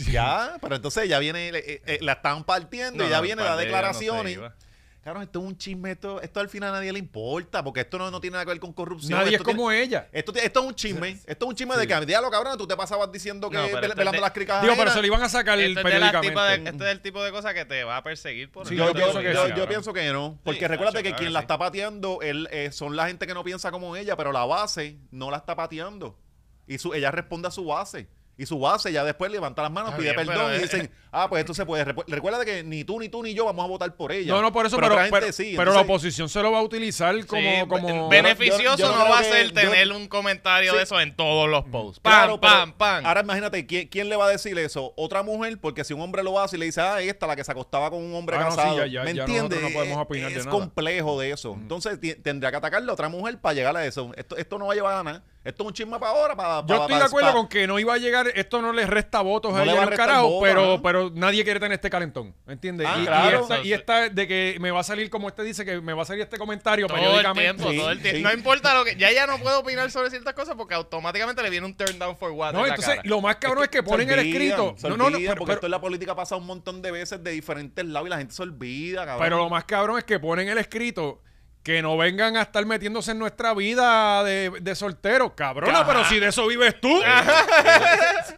S3: Ya, pero entonces ya viene, eh, eh, eh, la están partiendo y ya
S4: No,
S3: viene
S4: par
S3: las
S4: de días no se
S3: declaraciones.
S4: iba.
S3: Claro, esto es un chisme, esto, esto al final a nadie le importa, porque esto no, no tiene nada que ver con corrupción.
S2: Nadie es
S3: esto
S4: pues,
S3: tiene-
S2: como ella.
S3: Esto, esto es un chisme. Esto es un chisme de que, diablo, cabrón, tú te pasabas diciendo que
S4: No, pero
S3: vel-
S4: este es
S3: velando
S4: de-
S3: las cricas
S2: Digo, pero
S3: ajenas.
S2: se lo iban a sacar
S4: Este es, de las
S2: periódicamente.
S4: tipa de- este es el tipo de cosa que te va a perseguir por
S2: Sí,
S4: el
S3: yo, yo- yo- yo
S4: resto de
S2: pienso
S3: pienso
S2: que
S4: tu
S3: que
S2: sí, ah,
S4: vida.
S2: cabrón.
S3: no. Porque
S4: Sí,
S3: recuérdate
S4: macho,
S3: que
S4: claro
S3: quien
S4: que
S3: la
S4: sí.
S3: está pateando él, eh, son la gente que no piensa como ella, pero la base no la está pateando. Y su, ella responde a su base. Y su base ya después levanta las manos,
S4: Está
S3: pide
S4: bien,
S3: perdón
S2: eh,
S4: pero
S3: y
S4: es-
S3: dicen, ah, pues esto se puede. Repu- Recuérdate que ni tú, ni tú, ni yo vamos a votar por ella.
S2: No, no, por eso, pero,
S3: otra
S2: pero,
S3: gente sí,
S2: pero la
S3: entonces- pues,
S2: oposición se lo va a utilizar como...
S4: Sí,
S2: como
S4: be- beneficioso
S3: yo- yo
S4: no
S3: creo
S4: va a
S3: que-
S4: ser
S3: yo-
S4: tener un comentario
S3: Sí.
S4: de eso en todos los posts. Pam,
S3: Claro, pero
S4: pam, pam.
S3: Ahora imagínate, ¿quién, quién le va a decir eso? Otra mujer, porque si un hombre lo hace y le dice, ah, esta, la que se acostaba con un hombre
S2: Ah, no, sí,
S3: casado.
S2: ya- ya-
S3: ¿Me
S2: ya nosotros
S3: entiendes?
S2: no podemos
S3: Es-
S2: opinar de
S3: es
S2: nada.
S3: complejo de eso. Entonces ti- tendría que atacarle a otra mujer para llegar a eso. Esto, esto no va a llevar a nada. Esto es un chisme para ahora. Para,
S2: Yo
S3: para-
S2: estoy de
S3: para-
S2: acuerdo
S3: para-
S2: con que no iba a llegar, esto no le resta votos
S3: No
S2: a
S3: le
S2: ella
S3: va a
S2: en un
S3: restar
S2: carajo,
S3: votos,
S2: pero,
S3: ajá.
S2: pero nadie quiere tener este calentón, ¿entiendes?
S3: Ah,
S2: y, y
S3: claro.
S2: esta, y esta de que me va a salir, como usted dice, que me va a salir este comentario
S4: todo el
S2: periódicamente.
S4: tiempo, todo el tiempo.
S3: pues, sí.
S4: No importa lo que. Ya ya no puedo opinar sobre ciertas cosas porque automáticamente le viene un turn down for what.
S2: No,
S4: en la
S2: entonces,
S4: cara.
S2: lo más cabrón es que,
S3: Se
S2: ponen el
S3: olvidan,
S2: escrito.
S3: se
S2: No, no, no,
S3: olvidan,
S2: pero,
S3: porque
S2: pero-
S3: esto en la política pasa un montón de veces de diferentes lados y la gente se olvida, cabrón.
S2: pero lo más cabrón es que ponen el escrito que no vengan a estar metiéndose en nuestra vida de, de soltero. Cabrona, pero si de eso vives tú.
S4: Ah.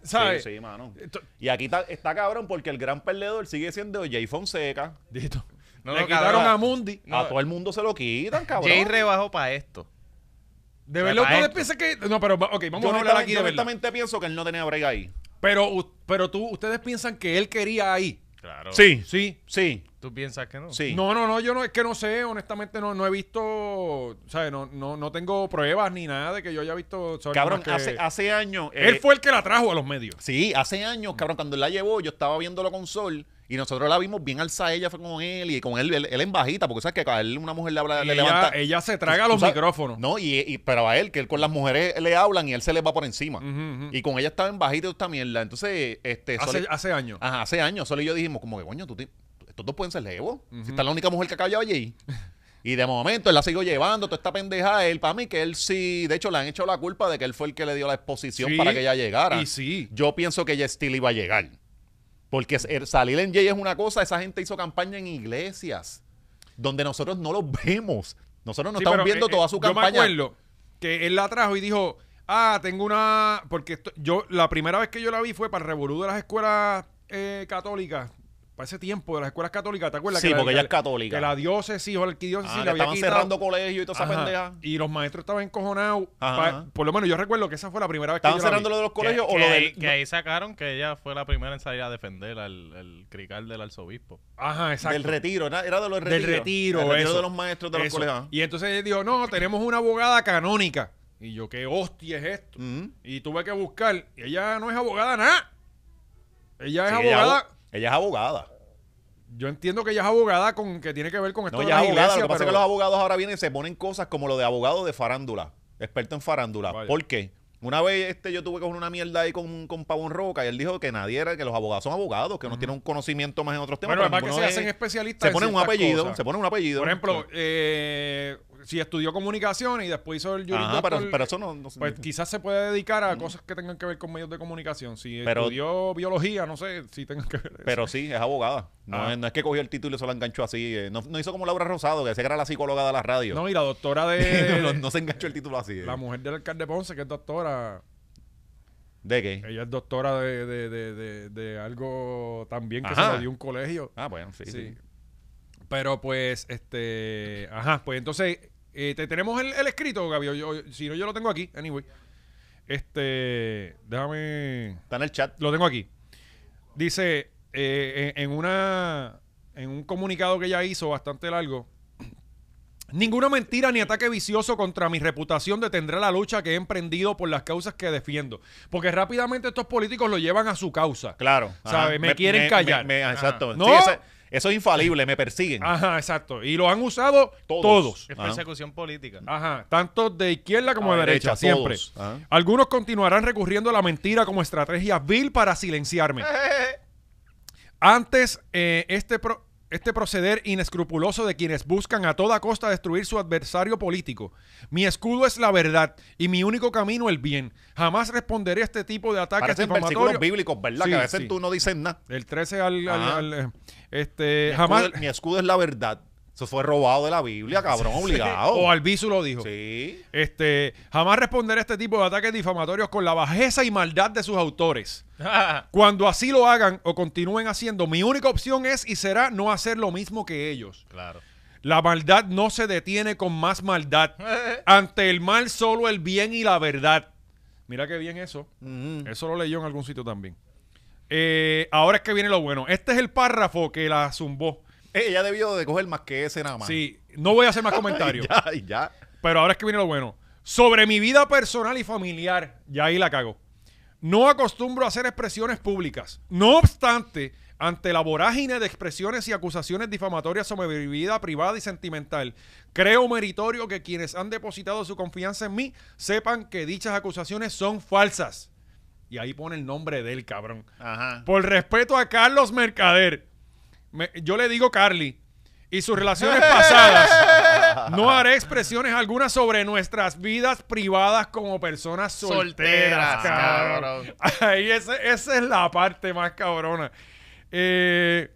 S2: ¿Sabes?
S3: Sí, sí, mano.
S2: Esto-
S3: Y aquí está, está cabrón porque el gran perdedor sigue siendo Jay Fonseca.
S2: Dito.
S4: No,
S2: Le
S4: no,
S2: quitaron
S4: cabrón.
S2: a Mundi. Ah,
S3: A todo el mundo se lo quitan, cabrón.
S4: Jay rebajó para esto.
S2: De verdad,
S4: para
S2: ustedes
S4: esto.
S2: piensan que. No, pero ok, vamos
S3: pues, Yo
S2: a hablar
S3: honestamente,
S2: aquí
S3: yo
S2: de verdad.
S3: honestamente pienso que él no tenía break ahí.
S2: Pero, u- pero tú, ustedes piensan que él quería ahí.
S4: Claro.
S3: Sí,
S2: Sí.
S3: sí,
S4: ¿Tú piensas que no?
S3: sí.
S2: No, no, no, yo no, es que no sé, honestamente no, no he visto, ¿sabes? No, no, no tengo pruebas ni nada de que yo haya visto. ¿sabes?
S3: Cabrón,
S2: Más que-
S3: hace, hace años. eh,
S2: Él fue el que la trajo a los medios.
S3: Sí, hace años, cabrón, cuando él la llevó, yo estaba viéndolo con Sol y nosotros la vimos bien alza ella, fue con él y con él, él, él en bajita, porque sabes que a él una mujer le, habla,
S2: Y
S3: le
S2: ella,
S3: levanta.
S2: ella se traga los
S3: Tú sabes-
S2: micrófonos.
S3: No, y, y- pero a él, que él con las mujeres le hablan y él se les va por encima.
S2: Ujú, ujú.
S3: Y con ella estaba en bajita y toda esta mierda. Entonces, este. Sol-
S2: hace, hace años.
S3: Ajá, hace años, Sol y yo dijimos, como que coño, tú te- estos dos pueden ser lejos. Si esta es la única mujer que acaba de allí. Y de momento él la siguió llevando, toda esta pendeja él. Para mí, que él sí, de hecho, le han hecho la culpa de que él fue el que le dio la exposición
S2: Sí,
S3: para que ella llegara.
S2: y sí.
S3: Yo pienso que ella still iba a llegar. Porque es- el salir en Jay es una cosa, esa gente hizo campaña en iglesias, donde nosotros no los vemos. Nosotros no
S2: Sí,
S3: estamos
S2: pero,
S3: viendo
S2: eh,
S3: toda
S2: eh,
S3: su campaña.
S2: Yo me acuerdo que él la trajo y dijo, ah, tengo una... Porque esto- yo la primera vez que yo la vi fue para el revolú de las escuelas eh, católicas. Para ese tiempo de las escuelas católicas, ¿te acuerdas?
S3: Sí,
S2: la-
S3: porque ella es católica.
S2: Que la diócesis o la arquidiócesis
S3: Ah,
S2: le
S3: que
S2: había
S3: estaban
S2: quitado.
S3: cerrando colegios y toda esa
S2: Ajá.
S3: pendeja.
S2: Y los maestros estaban encojonados.
S3: Ajá,
S2: Pa-
S3: ajá.
S2: Por lo menos yo recuerdo que esa fue la primera vez
S3: ¿Estaban
S2: que yo la vi.
S3: cerrando lo de los
S4: Que,
S3: colegios o
S4: que
S3: lo
S4: ahí,
S3: del.?
S4: que ahí sacaron que ella fue la primera en salir a defender al el crical del arzobispo.
S2: Ajá, exacto.
S3: Del retiro, era, era de los retiros.
S2: Del retiro,
S3: El retiro
S2: eso.
S3: de los maestros de los
S2: Eso.
S3: colegios. ajá.
S2: Y entonces él dijo, no, tenemos una abogada canónica. Y yo, ¿qué hostia es esto?
S3: Ujú.
S2: Y tuve que buscar. Ella no es abogada nada. Ella es
S3: Sí, ella
S2: abogada.
S3: abo- Ella es abogada.
S2: Yo entiendo que ella es abogada con que tiene que ver con esto
S3: No,
S2: de
S3: ella
S2: las
S3: es abogada. Lo
S2: iglesias,
S3: que pasa es
S2: pero-
S3: que los abogados ahora vienen y se ponen cosas como lo de abogado de farándula, experto en farándula.
S2: Vaya.
S3: ¿Por qué? Una vez este, yo tuve que coger una mierda ahí con, con Pavón Roca y él dijo que nadie era, que los abogados son abogados, que no tienen un conocimiento más en otros temas.
S2: Bueno, además que
S3: ninguno
S2: se
S3: es-
S2: hacen especialistas.
S3: Se
S2: en
S3: ponen un
S2: ciertas
S3: apellido,
S2: cosas.
S3: se ponen un apellido.
S2: Por ejemplo, eh, si estudió comunicación y después hizo el
S3: Ajá,
S2: jurisdoctor,
S3: pero, pero eso no, no
S2: pues quizás se puede dedicar a cosas que tengan que ver con medios de comunicación. Si
S3: Pero-
S2: estudió biología, no sé si tengan que ver.
S3: Pero sí, es abogada. No,
S2: Ah.
S3: es, no es que cogió el título y se lo enganchó así. eh, No, no hizo como Laura Rosado, que decía que era la psicóloga de la radio.
S2: No, y la doctora de.
S3: no, no- no se enganchó el título así. eh.
S2: La mujer del alcalde Ponce, que es doctora.
S3: ¿De qué?
S2: Ella es doctora de, de- de- de- de algo también que
S3: Ajá.
S2: se le dio un colegio.
S3: Ah, bueno, sí.
S2: Sí.
S3: sí.
S2: Pero pues, este. Ajá, pues entonces. eh, te tenemos el, el escrito, Gabi. o yo- si no, yo lo tengo aquí. Anyway. Este. Déjame.
S3: Está en el chat.
S2: Lo tengo aquí. Dice. eh, en, en una. En un comunicado que ella hizo bastante largo. Ninguna mentira ni ataque vicioso contra mi reputación detendrá la lucha que he emprendido por las causas que defiendo. Porque rápidamente estos políticos lo llevan a su causa.
S3: Claro.
S2: ¿Sabe? Me quieren callar.
S3: me-
S2: Ajá.
S3: exacto.
S2: ¿No? Ah,
S3: Sí, ese- eso es infalible, me persiguen.
S2: Ajá, exacto. Y lo han usado
S3: Todos.
S2: todos.
S4: Es
S3: Ajá.
S4: persecución política.
S2: Ajá, tanto de izquierda como
S3: A
S2: de derecha,
S3: derecha,
S2: siempre.
S3: todos. Ajá.
S2: Algunos continuarán recurriendo a la mentira como estrategia vil para silenciarme. Antes, eh, este, pro- este proceder inescrupuloso de quienes buscan a toda costa destruir su adversario político. Mi escudo es la verdad y mi único camino el bien. Jamás responderé a este tipo de ataques
S3: Parecen
S2: difamatorios.
S3: versículos bíblicos, ¿verdad?
S2: Sí,
S3: que a veces
S2: sí.
S3: tú no dices nada.
S2: Del 13 al... al-
S3: Ajá.
S2: al, eh, este,
S3: Mi
S2: jamás...
S3: escudo- mi escudo es la verdad. Eso fue robado de la Biblia, cabrón, obligado.
S2: O Albizu lo dijo.
S3: Sí.
S2: Este, jamás responderé a este tipo de ataques difamatorios con la bajeza y maldad de sus autores.
S3: Ah.
S2: Cuando así lo hagan o continúen haciendo, mi única opción es y será no hacer lo mismo que ellos.
S4: Claro.
S2: La maldad no se detiene con más maldad. Ante el mal solo el bien y la verdad. Mira qué bien eso.
S3: Ujú.
S2: Eso lo leyó en algún sitio también. Eh, ahora es que viene lo bueno. Este es el párrafo que la zumbó.
S3: Eh, Ella debió de coger más que ese nada más.
S2: Sí, no voy a hacer más
S3: Y
S2: comentarios.
S3: ya, y ya.
S2: Pero ahora es que viene lo bueno. Sobre mi vida personal y familiar, ya ahí la cago. No acostumbro a hacer expresiones públicas. No obstante, ante la vorágine de expresiones y acusaciones difamatorias sobre mi vida privada y sentimental, creo meritorio que quienes han depositado su confianza en mí sepan que dichas acusaciones son falsas. Y ahí pone el nombre del cabrón.
S3: Ajá.
S2: Por respeto a Carlos Mercader, me- yo le digo Carly, y sus relaciones pasadas, no haré expresiones alguna sobre nuestras vidas privadas como personas solteras.
S4: Solteras,
S2: cabrón. Ahí ese- esa es la parte más cabrona. Eh,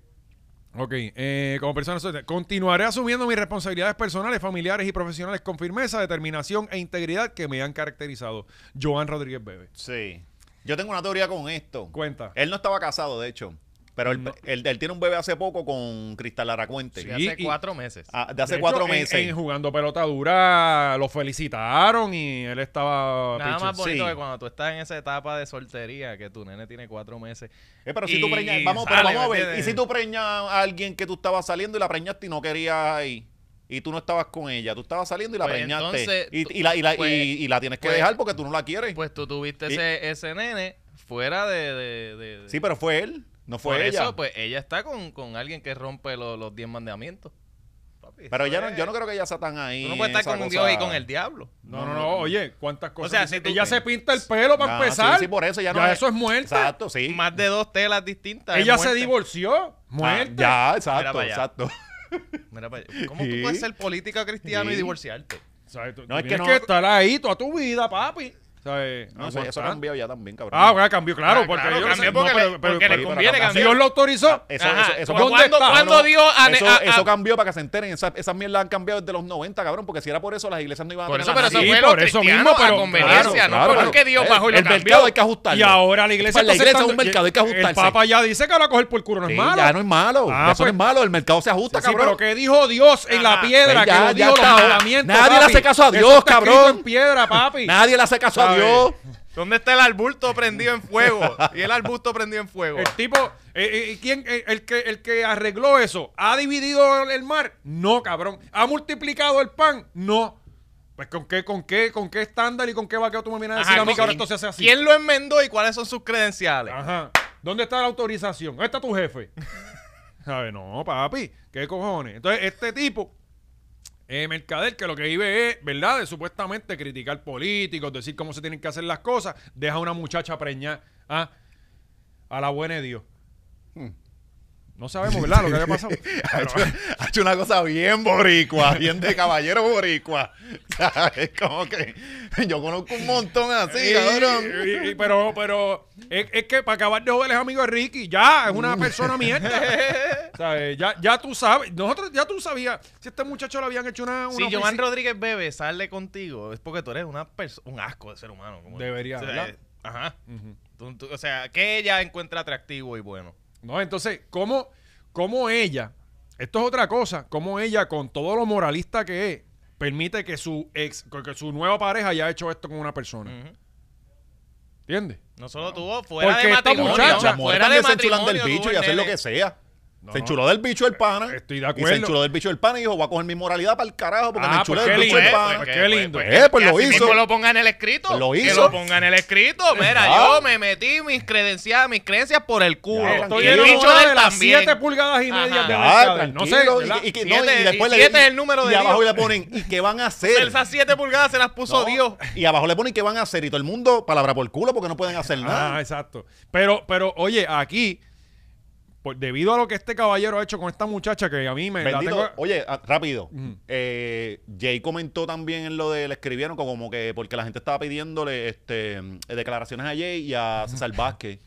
S2: Ok, eh, como persona soltera, continuaré asumiendo mis responsabilidades personales, familiares y profesionales con firmeza, determinación e integridad que me han caracterizado. Joan Rodríguez Bebe.
S3: Sí. Yo tengo una teoría con esto.
S2: Cuenta.
S3: Él no estaba casado, de hecho. Pero él, él- él tiene un bebé hace poco con Cristal Aracuente.
S4: Sí,
S2: Sí,
S4: hace
S2: y-
S4: cuatro meses.
S3: Ah, de hace
S2: De hecho,
S3: cuatro
S2: en-
S3: meses.
S2: En, jugando pelota dura, lo felicitaron y él estaba.
S4: Nada
S2: pichón.
S4: más bonito
S3: sí.
S4: que cuando tú estás en esa etapa de soltería, que tu nene tiene cuatro meses.
S3: Eh, pero si tú
S4: Y-
S3: preñas,
S4: y
S3: vamos,
S4: sale,
S3: pero vamos a
S4: ¿me
S3: ver, y
S4: entiendes?
S3: si tú preñas a alguien que tú estabas saliendo y la preñaste y no querías ahí, y tú no estabas con ella, tú estabas saliendo y la
S4: Pues
S3: preñaste,
S4: entonces,
S3: y,
S4: tú-
S3: y la, y, la, y-
S4: pues-
S3: y la tienes que
S4: pues-
S3: dejar porque tú no la quieres.
S4: Pues tú tuviste
S3: Y-
S4: ese, ese nene fuera de... de- de- de-
S3: sí, pero fue él, no fue
S4: Por
S3: ella.
S4: eso, pues ella está con, con alguien que rompe lo- los diez mandamientos. Papi,
S3: pero
S4: eso
S3: ya no,
S4: es-
S3: yo no creo que ella sea tan ahí.
S4: pues, Tú no puedes
S3: en
S4: estar
S3: esa
S4: con un
S3: cosa.
S4: Dios y con el diablo.
S2: No, no, no, oye, cuántas cosas.
S4: sea,
S2: dice-
S4: si tú-
S2: ella se pinta el pelo para
S3: Ah,
S2: empezar.
S3: sí, sí, por eso ya no
S2: Ya
S3: es-
S2: eso es muerta.
S3: Exacto, sí.
S4: Más de dos telas distintas. es
S2: Ella se
S4: muerte.
S2: divorció. Muerta.
S3: Ah, ya,
S4: Mira
S3: exacto,
S4: para allá.
S3: exacto.
S4: Mira pa' allá. ¿Cómo
S3: Sí.
S4: tú puedes ser política cristiano y
S3: Sí.
S4: divorciarte?
S2: O sea, tú-
S3: No,
S2: tú
S3: es que
S2: tienes
S3: no-
S2: que estar ahí toda tu vida, papi. O sea, eh,
S3: No sé, eso
S2: aguantar.
S3: cambió ya también, cabrón.
S2: Ah, bueno, cambió, claro.
S4: Ah,
S2: porque
S4: claro,
S2: yo
S4: cambió
S2: no sé-
S4: porque
S2: no,
S4: le-
S2: pero- pero-
S4: porque le
S2: pero-
S4: conviene
S2: pero-
S4: cambiar.
S2: Dios lo autorizó.
S3: Eso,
S4: Ajá.
S3: eso, eso,
S4: ¿Cuándo-
S2: ¿Dónde está?
S4: ¿Cuándo
S3: No,
S4: Dios a-
S3: eso,
S4: a- a-
S3: eso cambió para que se enteren. Esa- Esas, mierdas han cambiado desde los 90, cabrón, porque si era por eso las iglesias no iban a
S4: Por
S3: tener
S4: eso,
S3: a
S4: pero
S3: nadie.
S4: eso
S2: Sí,
S4: fue los
S2: por eso
S4: cristianos
S2: mismo, pero-
S4: a conveniencia,
S2: claro,
S4: no fue porque Dios bajó y lo
S3: Eh, el
S4: cambió.
S3: mercado hay que ajustarlo.
S2: Y ahora la iglesia
S3: Pues la
S2: está
S3: iglesia es
S2: aceptando-
S3: un mercado, hay que
S2: El
S3: ajustarse.
S2: papa ya dice que ahora coge el por culo, no es
S3: Sí,
S2: malo.
S3: ya no es malo.
S2: Ah,
S3: eso no
S2: pues.
S3: es malo. El mercado se ajusta,
S2: Sí,
S3: cabrón.
S2: pero ¿qué dijo Dios en la
S4: Ajá.
S2: piedra?
S3: Pues ya-
S2: que nos
S3: ya
S2: dio los
S3: está.
S2: mandamientos,
S3: Nadie le
S2: papi.
S3: hace caso a
S2: Eso
S3: Dios,
S2: está escrito
S3: cabrón.
S2: en piedra, papi.
S3: Nadie le hace caso
S2: ¿Sabes?
S3: a Dios.
S4: ¿Dónde está el arbusto prendido en fuego? Y el arbusto prendido en fuego.
S2: El tipo, eh, eh, ¿quién, eh, el, que, el que arregló eso, ¿ha dividido el- el mar? No, cabrón. ¿Ha multiplicado el pan? No. Pues con qué, con qué, con qué estándar y con qué vaqueo tú me vienes a
S4: Ajá,
S2: decir a mí que
S4: ¿con-
S2: ahora esto se hace así.
S4: ¿Quién lo enmendó y cuáles son sus credenciales?
S2: Ajá. ¿Dónde está la autorización? ¿Dónde está tu jefe? ¿Sabes? No, papi. ¿Qué cojones? Entonces, este tipo, eh, Mercader, que lo que vive es, ¿verdad? De supuestamente criticar políticos, decir cómo se tienen que hacer las cosas, deja a una muchacha preñar ah, a la buena de Dios. No sabemos, ¿verdad? Lo que había pasado.
S3: Ha hecho, ha hecho una cosa bien boricua, bien de caballero boricua. ¿Sabes? Como que yo conozco un montón así, cabrón.
S2: Y- y- y- pero, pero, es, es que para acabar de joder es amigo de Ricky, ya, es una persona mierda. O sea, eh, ya, ya tú sabes, nosotros ya tú sabías, si este muchacho le habían hecho una... una
S4: Si Giovanni
S2: ofici-
S4: Rodríguez Bebe sale contigo, es porque tú eres una perso- un asco de ser humano. como-
S2: Debería,
S4: o sea,
S2: ¿verdad?
S4: eh, Ajá. Tú- tú- o sea, que ella encuentra atractivo y bueno.
S2: No, entonces, ¿cómo, ¿cómo ella, esto es otra cosa, cómo ella, con todo lo moralista que es, permite que su ex, que su nueva pareja haya hecho esto con una persona?
S4: Ujú.
S2: ¿Entiendes?
S4: No solo tuvo, fuera
S2: Porque
S4: de
S2: esta
S4: matrimonio.
S2: muchacha-
S3: Las mujeres
S4: fuera de
S3: también se enchulan del
S4: matrimonio
S3: bicho
S4: tuvo
S3: y
S4: el
S3: hacen lo
S4: nene.
S3: que sea.
S2: No,
S3: se
S2: no.
S3: enchuló del bicho el pana.
S2: Estoy de
S3: Y se
S2: acuerdo.
S3: enchuló del bicho el pana y dijo, voy a coger mi moralidad para el carajo porque me
S2: Ah,
S3: enchulé
S2: pues
S3: del
S2: qué
S3: bicho el
S2: lindo,
S3: pana.
S2: pues qué lindo.
S3: Eh, pues
S4: que
S3: lo
S4: así
S3: hizo.
S4: mismo lo ponga en el escrito.
S3: Pues lo
S4: Que
S3: hizo.
S4: lo ponga en el escrito. Mira,
S3: Ya.
S4: yo me metí mis credencias, mis creencias por el culo.
S3: Ya,
S2: Estoy
S4: Y Ah, el
S3: tranquilo.
S4: bicho
S2: enamorado
S4: de
S2: de
S4: él
S2: las
S4: también.
S2: 7 pulgadas y
S4: Ajá.
S2: media de
S4: Ya,
S3: Ya,
S2: mercado. No sé,
S3: tranquilo.
S2: Ah, ¿verdad?
S3: y, y que- no,
S4: Siete-
S3: y después
S4: y
S3: le-
S4: siete es el número de
S3: Y abajo
S4: Dios.
S3: le ponen, ¿y qué van a hacer?
S4: Esas 7 pulgadas se las puso
S3: No,
S4: Dios.
S3: Y abajo le ponen, ¿qué van a hacer? Y todo el mundo, palabra por culo, porque no pueden hacer
S2: Ah,
S3: nada.
S2: exacto. Pero, pero, oye, aquí, por- debido a lo que este caballero ha hecho con esta muchacha que a mí me la
S3: Bendito.
S2: tengo...
S3: Oye, ah, rápido.
S2: Ujú.
S3: Eh, Jay comentó también en lo de le escribieron como que porque la gente estaba pidiéndole este mm, declaraciones a Jay y a César Vázquez.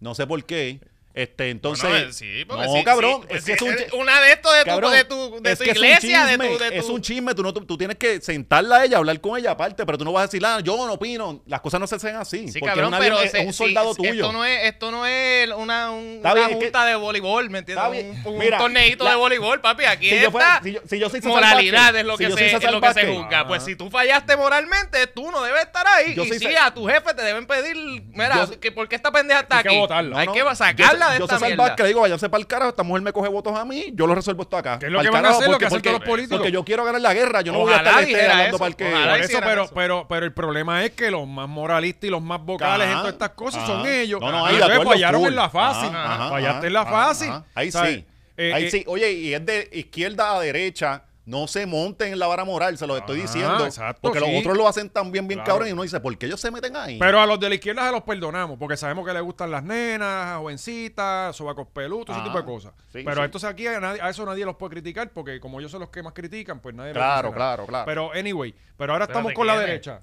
S3: No sé por qué. Este, entonces.
S4: Bueno, eh, sí, porque
S3: no,
S4: sí,
S3: cabrón.
S4: sí,
S3: es
S4: pues
S3: que es
S4: sí,
S3: un
S4: eh,
S3: chi-
S4: una de estos de tu,
S3: cabrón,
S4: de tu, de
S3: es
S4: tu
S3: que es un
S4: iglesia, de
S3: chisme,
S4: tu, de tu-
S3: Es un chisme. Tú, no, tú, tú tienes que sentarla a ella, hablar con ella aparte, pero tú no vas a decir, ah, yo no opino. Las cosas no se hacen así.
S4: Sí,
S3: porque
S4: cabrón,
S3: un
S4: pero
S3: avión es-
S4: ese-
S3: es un
S4: sí,
S3: soldado
S4: sí,
S3: tuyo.
S4: Esto no es, esto no es una, un-
S3: Está
S4: una
S3: bien, es que-
S4: junta de voleibol, ¿me entiendes?
S3: Está
S4: Un-
S3: bien.
S4: Un,
S3: Mira,
S4: torneito
S3: la-
S4: de voleibol, papi. Aquí
S3: Si yo
S4: está
S3: fuera- si yo- si yo soy César
S4: moralidad
S3: Vázquez,
S4: es lo
S3: si
S4: que,
S3: yo soy
S4: se, es
S3: César
S4: lo que se
S3: Vázquez.
S4: juzga.
S2: Ajá.
S4: Pues si tú fallaste moralmente, tú no debes estar ahí.
S3: Yo
S4: y
S3: soy
S4: sí,
S3: César-
S4: a tu jefe te deben pedir, mira,
S3: Yo-
S4: que ¿por qué esta pendeja está
S2: Hay que
S4: aquí?
S2: botarla.
S4: Hay
S3: No,
S4: que
S3: no.
S4: sacarla
S3: Yo-
S4: de
S3: yo
S4: esta
S3: César
S4: mierda.
S3: Vázquez le digo, váyanse para el carajo, esta mujer me coge votos a mí, yo lo resuelvo esto acá.
S2: Que es lo
S3: Pa'l
S2: que van a
S3: carajo,
S2: hacer, lo que
S3: porque-
S2: hacen todos
S3: porque-
S2: los políticos.
S3: Porque yo quiero ganar la guerra, yo no voy a
S4: Ojalá
S3: estar este,
S4: dijera
S3: hablando
S4: eso,
S3: para el que...
S4: ojalá
S2: Por eso,
S4: hicieran
S2: pero,
S4: eso.
S2: pero, pero el problema es que los más moralistas y los más vocales
S3: Ajá,
S2: en todas estas cosas son
S3: ajá.
S2: ellos.
S3: No,
S2: Y
S3: no, ahí de
S2: entonces
S3: acuerdo,
S2: fallaron
S3: full.
S2: en la fácil.
S3: Ajá, ajá,
S2: Fallaste
S3: ajá,
S2: en la
S3: ajá,
S2: fácil.
S3: ajá. Ahí
S2: ¿Sabes?
S3: sí.
S2: Eh,
S3: Ahí
S2: eh,
S3: sí. Oye, y es de izquierda a derecha. No se monten en la vara moral, se los estoy
S2: Ajá,
S3: diciendo.
S2: Ah, exacto,
S3: porque los
S2: sí.
S3: otros lo hacen tan bien, bien
S2: Claro.
S3: cabrón. Y uno dice, ¿por qué ellos se meten ahí?
S2: Pero a los de la izquierda se los perdonamos, porque sabemos que les gustan las nenas, jovencitas, sobacos peludos, ese
S3: Ajá.
S2: tipo de cosas.
S3: Sí,
S2: pero
S3: sí.
S2: entonces aquí a, nadie- a eso nadie los puede criticar, porque como ellos son los que más critican, pues nadie les
S3: claro,
S2: dice nada.
S3: claro, claro.
S2: Pero anyway, pero ahora estamos
S4: Espérate,
S2: con la
S4: ¿quién es?
S2: derecha.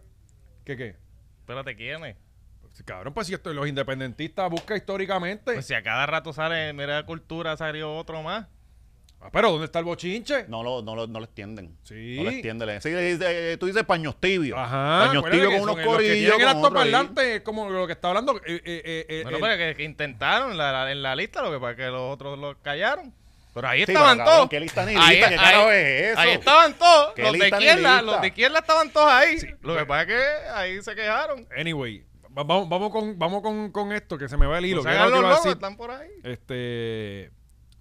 S2: ¿Qué qué?
S4: Espérate, ¿quién es?
S2: Cabrón, pues si esto, los independentistas buscan históricamente.
S4: Pues si a cada rato sale, mira, cultura salió otro más.
S2: Ah, pero ¿dónde está el bochinche?
S3: No lo, no lo, no lo extienden.
S2: Sí.
S3: No lo extienden. Le- Sí, le dice- eh, tú dices paños tibios.
S2: Ajá.
S3: Paños
S2: acuérdate
S3: tibios
S2: que
S3: con unos
S2: son los que
S3: corillos.
S2: tienen el
S3: con otro ahí.
S2: altoparlante, es como lo que está hablando. eh, eh, eh, eh,
S4: Bueno,
S2: el-
S4: pero que, que intentaron la- la- en la lista, lo que para que los otros los callaron. Pero ahí
S3: Sí,
S4: estaban
S3: pero,
S4: todos.
S3: cabrón, ¿qué lista ni
S4: Ahí-
S3: lista? ¿Qué
S4: ahí-
S3: carajo es eso?
S4: Ahí estaban todos.
S3: ¿Qué
S4: Los de
S3: lista ni
S4: izquierda,
S3: lista?
S4: los de izquierda estaban todos ahí. lo que pasa es que ahí se quejaron.
S2: Anyway, va- vamos, vamos con, vamos con, con esto, que se me va el hilo.
S4: Pues
S2: que era
S4: hagan
S2: lo que iba
S4: los
S2: a
S4: locos,
S2: decir.
S4: están por ahí.
S2: Este.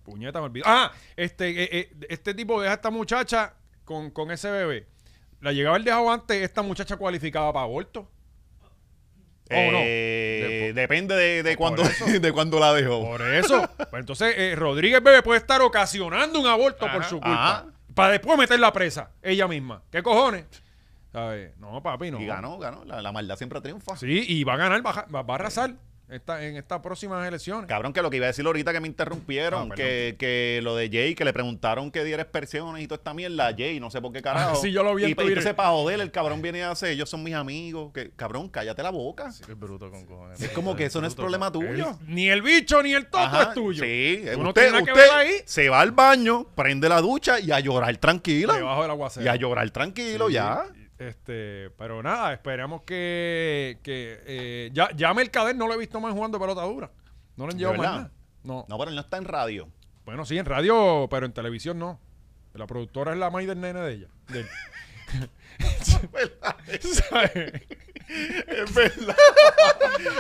S2: Puñeta, me olvidó. Ah, este, eh, eh, este tipo deja a esta muchacha con, con ese bebé. La llegaba el dejado antes, esta muchacha cualificaba para aborto. ¿O no?
S3: Eh, Depende de, de,
S2: Por
S3: cuando, de cuando la dejó.
S2: Por eso. Pues entonces, eh, Rodríguez Bebé puede estar ocasionando un aborto por su culpa.
S3: ajá.
S2: Para después meterla presa, ella misma. ¿Qué cojones? ¿Sabes? No, papi, no.
S3: Y ganó, ganó. La, la maldad siempre triunfa.
S2: Sí, y va a ganar, va, a- va a arrasar esta- en estas próximas elecciones.
S3: Cabrón, que lo que iba a decir ahorita que me
S2: Ah,
S3: interrumpieron,
S2: perdón.
S3: que, que lo de Jay, que le preguntaron que diera expresiones y toda esta mierda, Jay, no sé por qué carajo.
S2: Ah, sí, yo lo vi en
S3: Y pa-
S2: Twitter.
S3: entonces, para joder, el cabrón viene y hace, ellos son mis amigos. Que, cabrón, cállate la boca.
S4: Es bruto con cojones.
S3: Es como que eso no es problema tuyo.
S2: El- ni el bicho ni el toto
S3: Ajá,
S2: es tuyo.
S3: Sí, eh,
S2: Tú no
S3: usted,
S2: tienes nada que
S3: usted
S2: ver ahí.
S3: se va al baño, prende la ducha y a llorar tranquilo.
S2: Debajo del aguacero.
S3: Y a llorar tranquilo ya.
S2: Este, pero nada, esperamos que, que eh, ya, ya Mercader no lo he visto más jugando pelota dura. No le han
S3: ¿De
S2: llevado más
S3: verdad?
S2: nada. No.
S3: No, pero él no está en radio.
S2: Bueno, sí, en radio, pero en televisión no. La productora es la maíz del nene de ella. de él. ¿Sabes?
S3: es verdad.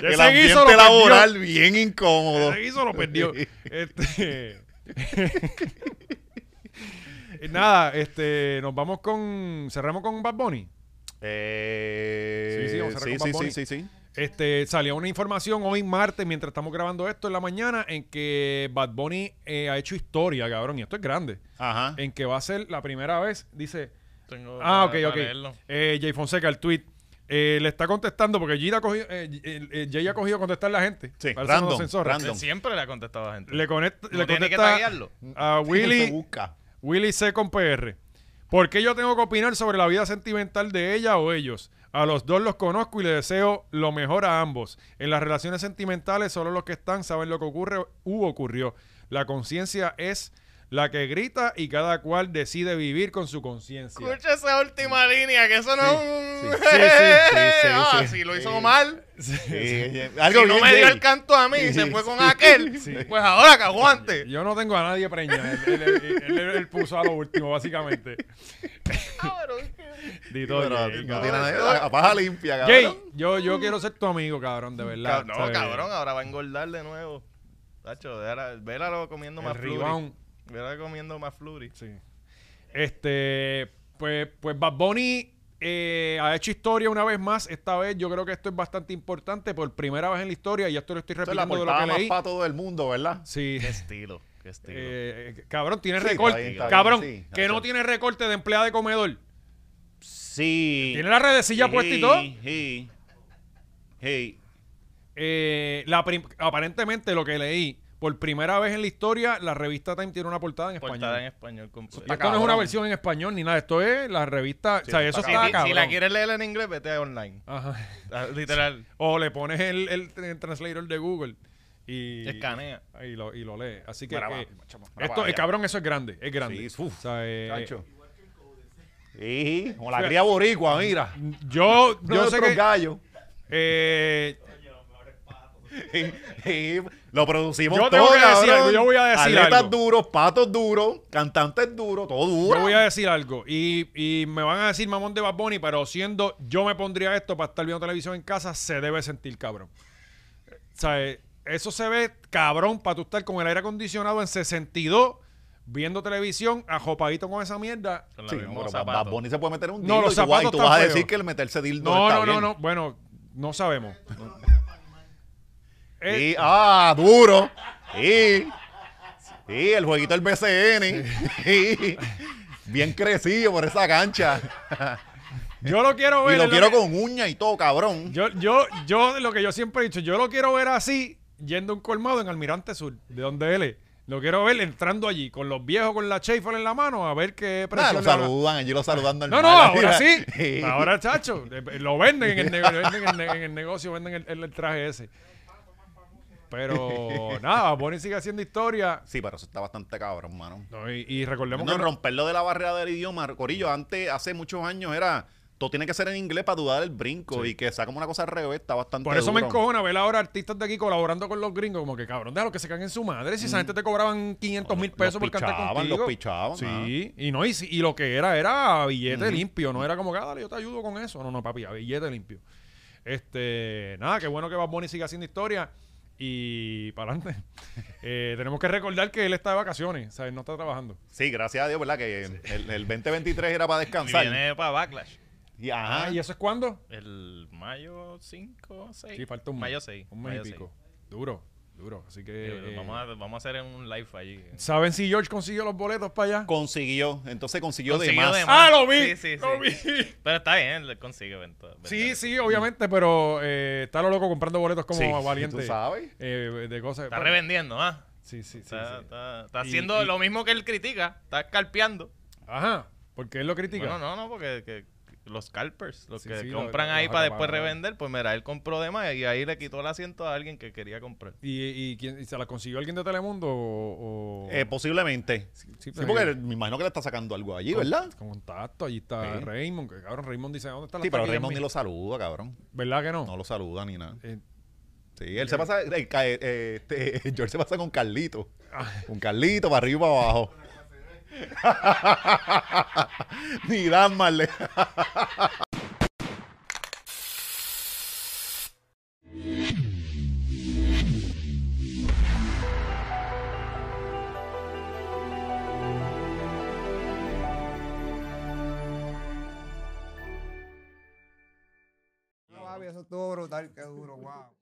S3: el
S2: Ese guiso lo
S3: ambiente
S2: perdió.
S3: laboral bien incómodo.
S2: Ese guiso lo perdió. Este. Nada, este, nos vamos con. Cerramos con Bad Bunny.
S3: Eh,
S2: Sí, sí, vamos a cerrar con Bad
S3: sí,
S2: Bunny.
S3: sí, sí, sí.
S2: Este, salió una información hoy martes, mientras estamos grabando esto en la mañana, en que Bad Bunny eh, ha hecho historia, cabrón, y esto es grande.
S3: Ajá.
S2: En que va a ser la primera vez, dice.
S4: Tengo
S2: Ah, ok,
S4: para-
S2: ok.
S4: para leerlo.
S2: Eh, Jay Fonseca, el tweet. eh, le está contestando porque Jay ha cogido, eh, eh, eh, Jay ha cogido contestar a la gente.
S3: Sí,
S2: Parece unos
S3: random,
S2: sensores.
S3: random.
S4: Siempre le ha contestado a la gente.
S2: Le, conecta-
S4: No
S2: le
S4: tiene que
S2: contesta
S4: taguearlo.
S2: a
S3: Se
S2: Willy,
S3: busca.
S2: Willy C. con PR. ¿Por qué yo tengo que opinar sobre la vida sentimental de ella o ellos? A los dos los conozco y les deseo lo mejor a ambos. En las relaciones sentimentales, solo los que están saben lo que ocurre u ocurrió. La conciencia es la que grita y cada cual decide vivir con su conciencia.
S4: Escucha esa última línea, que eso no es un...
S3: sí, sí, sí, sí,
S4: ah,
S3: sí.
S4: si lo hizo
S3: Sí.
S4: mal,
S3: Sí, sí.
S4: si
S3: Algo
S4: no
S3: bien
S4: me dio
S3: Jay.
S4: el canto a mí y se fue con aquel, pues ahora que aguante.
S2: Yo no tengo a nadie preña. Él, él- él- él- él puso a lo último, básicamente.
S4: Ah, pero es que-
S2: Dito,
S3: Pero no
S2: Jay,
S3: tiene
S2: cabrón.
S3: nada de- a- a paja limpia, cabrón.
S2: Jay, yo, yo quiero ser tu amigo, cabrón, de verdad.
S4: No,
S2: ¿sabes?
S4: cabrón, ahora va a engordar de nuevo. Tacho, déjala- vélalo comiendo
S2: El
S4: más flurry.
S2: rebound.
S4: Vélalo comiendo más flurry.
S2: Sí. Este, pues, pues Bad Bunny eh, ha hecho historia una vez más. Esta vez yo creo que esto es bastante importante por primera vez en la historia. Y esto lo estoy
S3: Esto es la
S2: repitiendo de lo
S3: portada
S2: que
S3: más
S2: leí.
S3: para todo el mundo, ¿verdad?
S2: Sí.
S4: Qué estilo, qué estilo.
S2: Eh, eh, cabrón, tiene
S3: Sí,
S2: recorte.
S3: está bien, está bien,
S2: cabrón,
S3: sí.
S2: que no
S3: Hacho.
S2: tiene recorte de empleada de comedor.
S3: Sí.
S2: Tiene la redecilla puesta y todo.
S3: Sí. Sí.
S2: Eh, la prim- aparentemente lo que leí, por primera vez en la historia, la revista Time tiene una portada en español.
S4: Portada en español
S2: Y
S4: completa.
S2: esto no es una versión en español ni nada, esto es la revista, o sea, eso
S4: Si,
S2: está
S4: si- si la
S2: cabrón.
S4: quieres leer en inglés, vete a online.
S2: Ajá.
S4: Ah, Literal.
S2: O le pones el, el, el translator de Google y
S4: Escanea.
S2: y lo, y lo lee. Así que
S3: Brava,
S2: eh,
S3: chamo, brava
S2: esto, eh,
S3: ya.
S2: cabrón, eso es grande, es grande.
S3: Sí, uf,
S2: O sea, eh,
S3: Chacho. Sí, como la cría boricua, mira.
S2: yo, yo
S3: Yo
S2: sé que
S3: gallo.
S2: eh,
S3: Sí, sí, lo producimos
S2: Yo tengo
S3: todo,
S2: que decir
S3: cabrón.
S2: algo, yo voy a decir
S3: Atletas
S2: algo.
S3: duros, patos duros, cantantes duros, todo duro.
S2: yo voy a decir algo y, y me van a decir mamón de Bad Bunny, pero siendo yo me pondría esto para estar viendo televisión en casa, se debe sentir cabrón. O sea, eh, eso se ve cabrón para tú estar con el aire acondicionado en 62 viendo televisión ajopadito con esa mierda.
S4: Con la
S3: Sí,
S4: misma
S3: no, pero
S4: zapato.
S3: Bad Bunny se puede meter un
S2: No,
S3: dildo
S2: los
S3: y tú vas, y
S2: zapatos
S3: tú
S2: están
S3: vas a
S2: feos.
S3: decir que el meterse dildo
S2: No,
S3: está
S2: no, no,
S3: bien.
S2: no. Bueno, no sabemos. Eh,
S3: Sí, ah, duro. Sí. Sí, el jueguito del BCN. Sí. Bien crecido por esa cancha.
S2: yo lo quiero ver.
S3: Y lo
S2: es
S3: quiero
S2: que-
S3: con uña y todo, cabrón.
S2: Yo, yo, yo, lo que yo siempre he dicho, yo lo quiero ver así, yendo a un colmado en Almirante Sur, de donde él es. Lo quiero ver entrando allí, con los viejos, con la chafer en la mano, a ver qué
S3: Nada,
S2: presión
S3: lo
S2: le van a-
S3: saludan, allí lo saludan normal.
S2: No, no, ahora
S3: Mira.
S2: sí. Ahora, chacho, eh, lo venden en el, nego- lo venden en el ne- en el negocio, venden el, el- el traje ese. Pero nada, Bad Bunny sigue haciendo historia.
S3: Sí, pero eso está bastante cabrón, mano.
S2: No, y, y recordemos
S3: No,
S2: que. no-
S3: romperlo de la barrera del idioma. Corillo, antes, hace muchos años era... Todo tiene que ser en inglés para dudar el brinco y que sea como una cosa al revés, está bastante
S2: por eso me
S3: duro.
S2: encojona ver ahora artistas de aquí colaborando con los gringos. Como que cabrón, déjalo que se caguen en su madre. Si esa gente te cobraban 500 mil pesos
S3: Mm.
S2: por
S3: Los
S2: cantar
S3: pichaban,
S2: contigo.
S3: los pichaban. ah.
S2: Sí, y no y, si- y lo que era era billete limpio, no era como que "Ah, dale, yo te ayudo con eso. No, no, papi, a billete limpio. Este, nada, qué bueno que Bad Bunny siga haciendo historia y para adelante. Eh, tenemos que recordar que él está de vacaciones, o sea, él no está trabajando.
S3: Sí, gracias a Dios, ¿verdad? Que el, el 2023 era para
S4: Y
S3: descansar.
S4: viene para Backlash.
S3: Y, ajá,
S2: Ah, ¿y eso es cuándo?
S4: El mayo 5, 6.
S2: Sí, falta un mes.
S4: Mayo 6.
S2: Un mes y pico. Duro, duro. Así que. eh,
S4: vamos, a, vamos a hacer un live allí.
S2: ¿Saben si George consiguió los boletos para allá?
S3: consiguió. Entonces consiguió,
S4: Consiguió
S3: de más.
S4: de más.
S2: ¡Ah, lo vi!
S4: Sí, sí,
S2: ¡Lo
S4: sí.
S2: vi!
S4: Pero está bien, él consigue venta.
S2: Sí, sí, obviamente, pero eh, está lo loco comprando boletos como
S3: Sí,
S2: valiente.
S3: tú sabes.
S2: eh, de cosas.
S4: Está revendiendo, ¿ah?
S2: Sí, sí, sí.
S4: Está,
S2: sí.
S4: está- está
S2: Y-
S4: haciendo
S2: y-
S4: lo mismo que él critica. Está escarpeando.
S2: Ajá, porque él lo critica.
S4: Bueno, no, no, porque que- los scalpers, los
S2: Sí,
S4: que
S2: sí, lo-
S4: compran
S2: los
S4: ahí para después
S2: acaparadores.
S4: revender, pues mira, él compró de más y ahí le quitó el asiento a alguien que quería comprar.
S2: ¿Y, y quién, y se la consiguió alguien de Telemundo o...? o-
S3: Eh, posiblemente.
S2: sí,
S3: Sí,
S2: pues,
S3: porque
S2: eh,
S3: me imagino que le está sacando algo allí,
S2: con-
S3: ¿verdad?
S2: Con contacto, allí está
S3: Sí.
S2: Raymond, que cabrón, Raymond dice, ¿dónde está la
S3: Sí, pero
S2: taquilla
S3: Raymond
S2: en
S3: ni
S2: mi-?"
S3: lo saluda, cabrón.
S2: ¿Verdad que no?
S3: No lo saluda ni nada.
S2: Eh,
S3: Sí, él se pasa. eh, ca- eh, eh, este, George se pasa con Carlito. Con Carlito, para arriba y para abajo. ni Dan Marley.
S8: Eso estuvo brutal, qué duro, wow.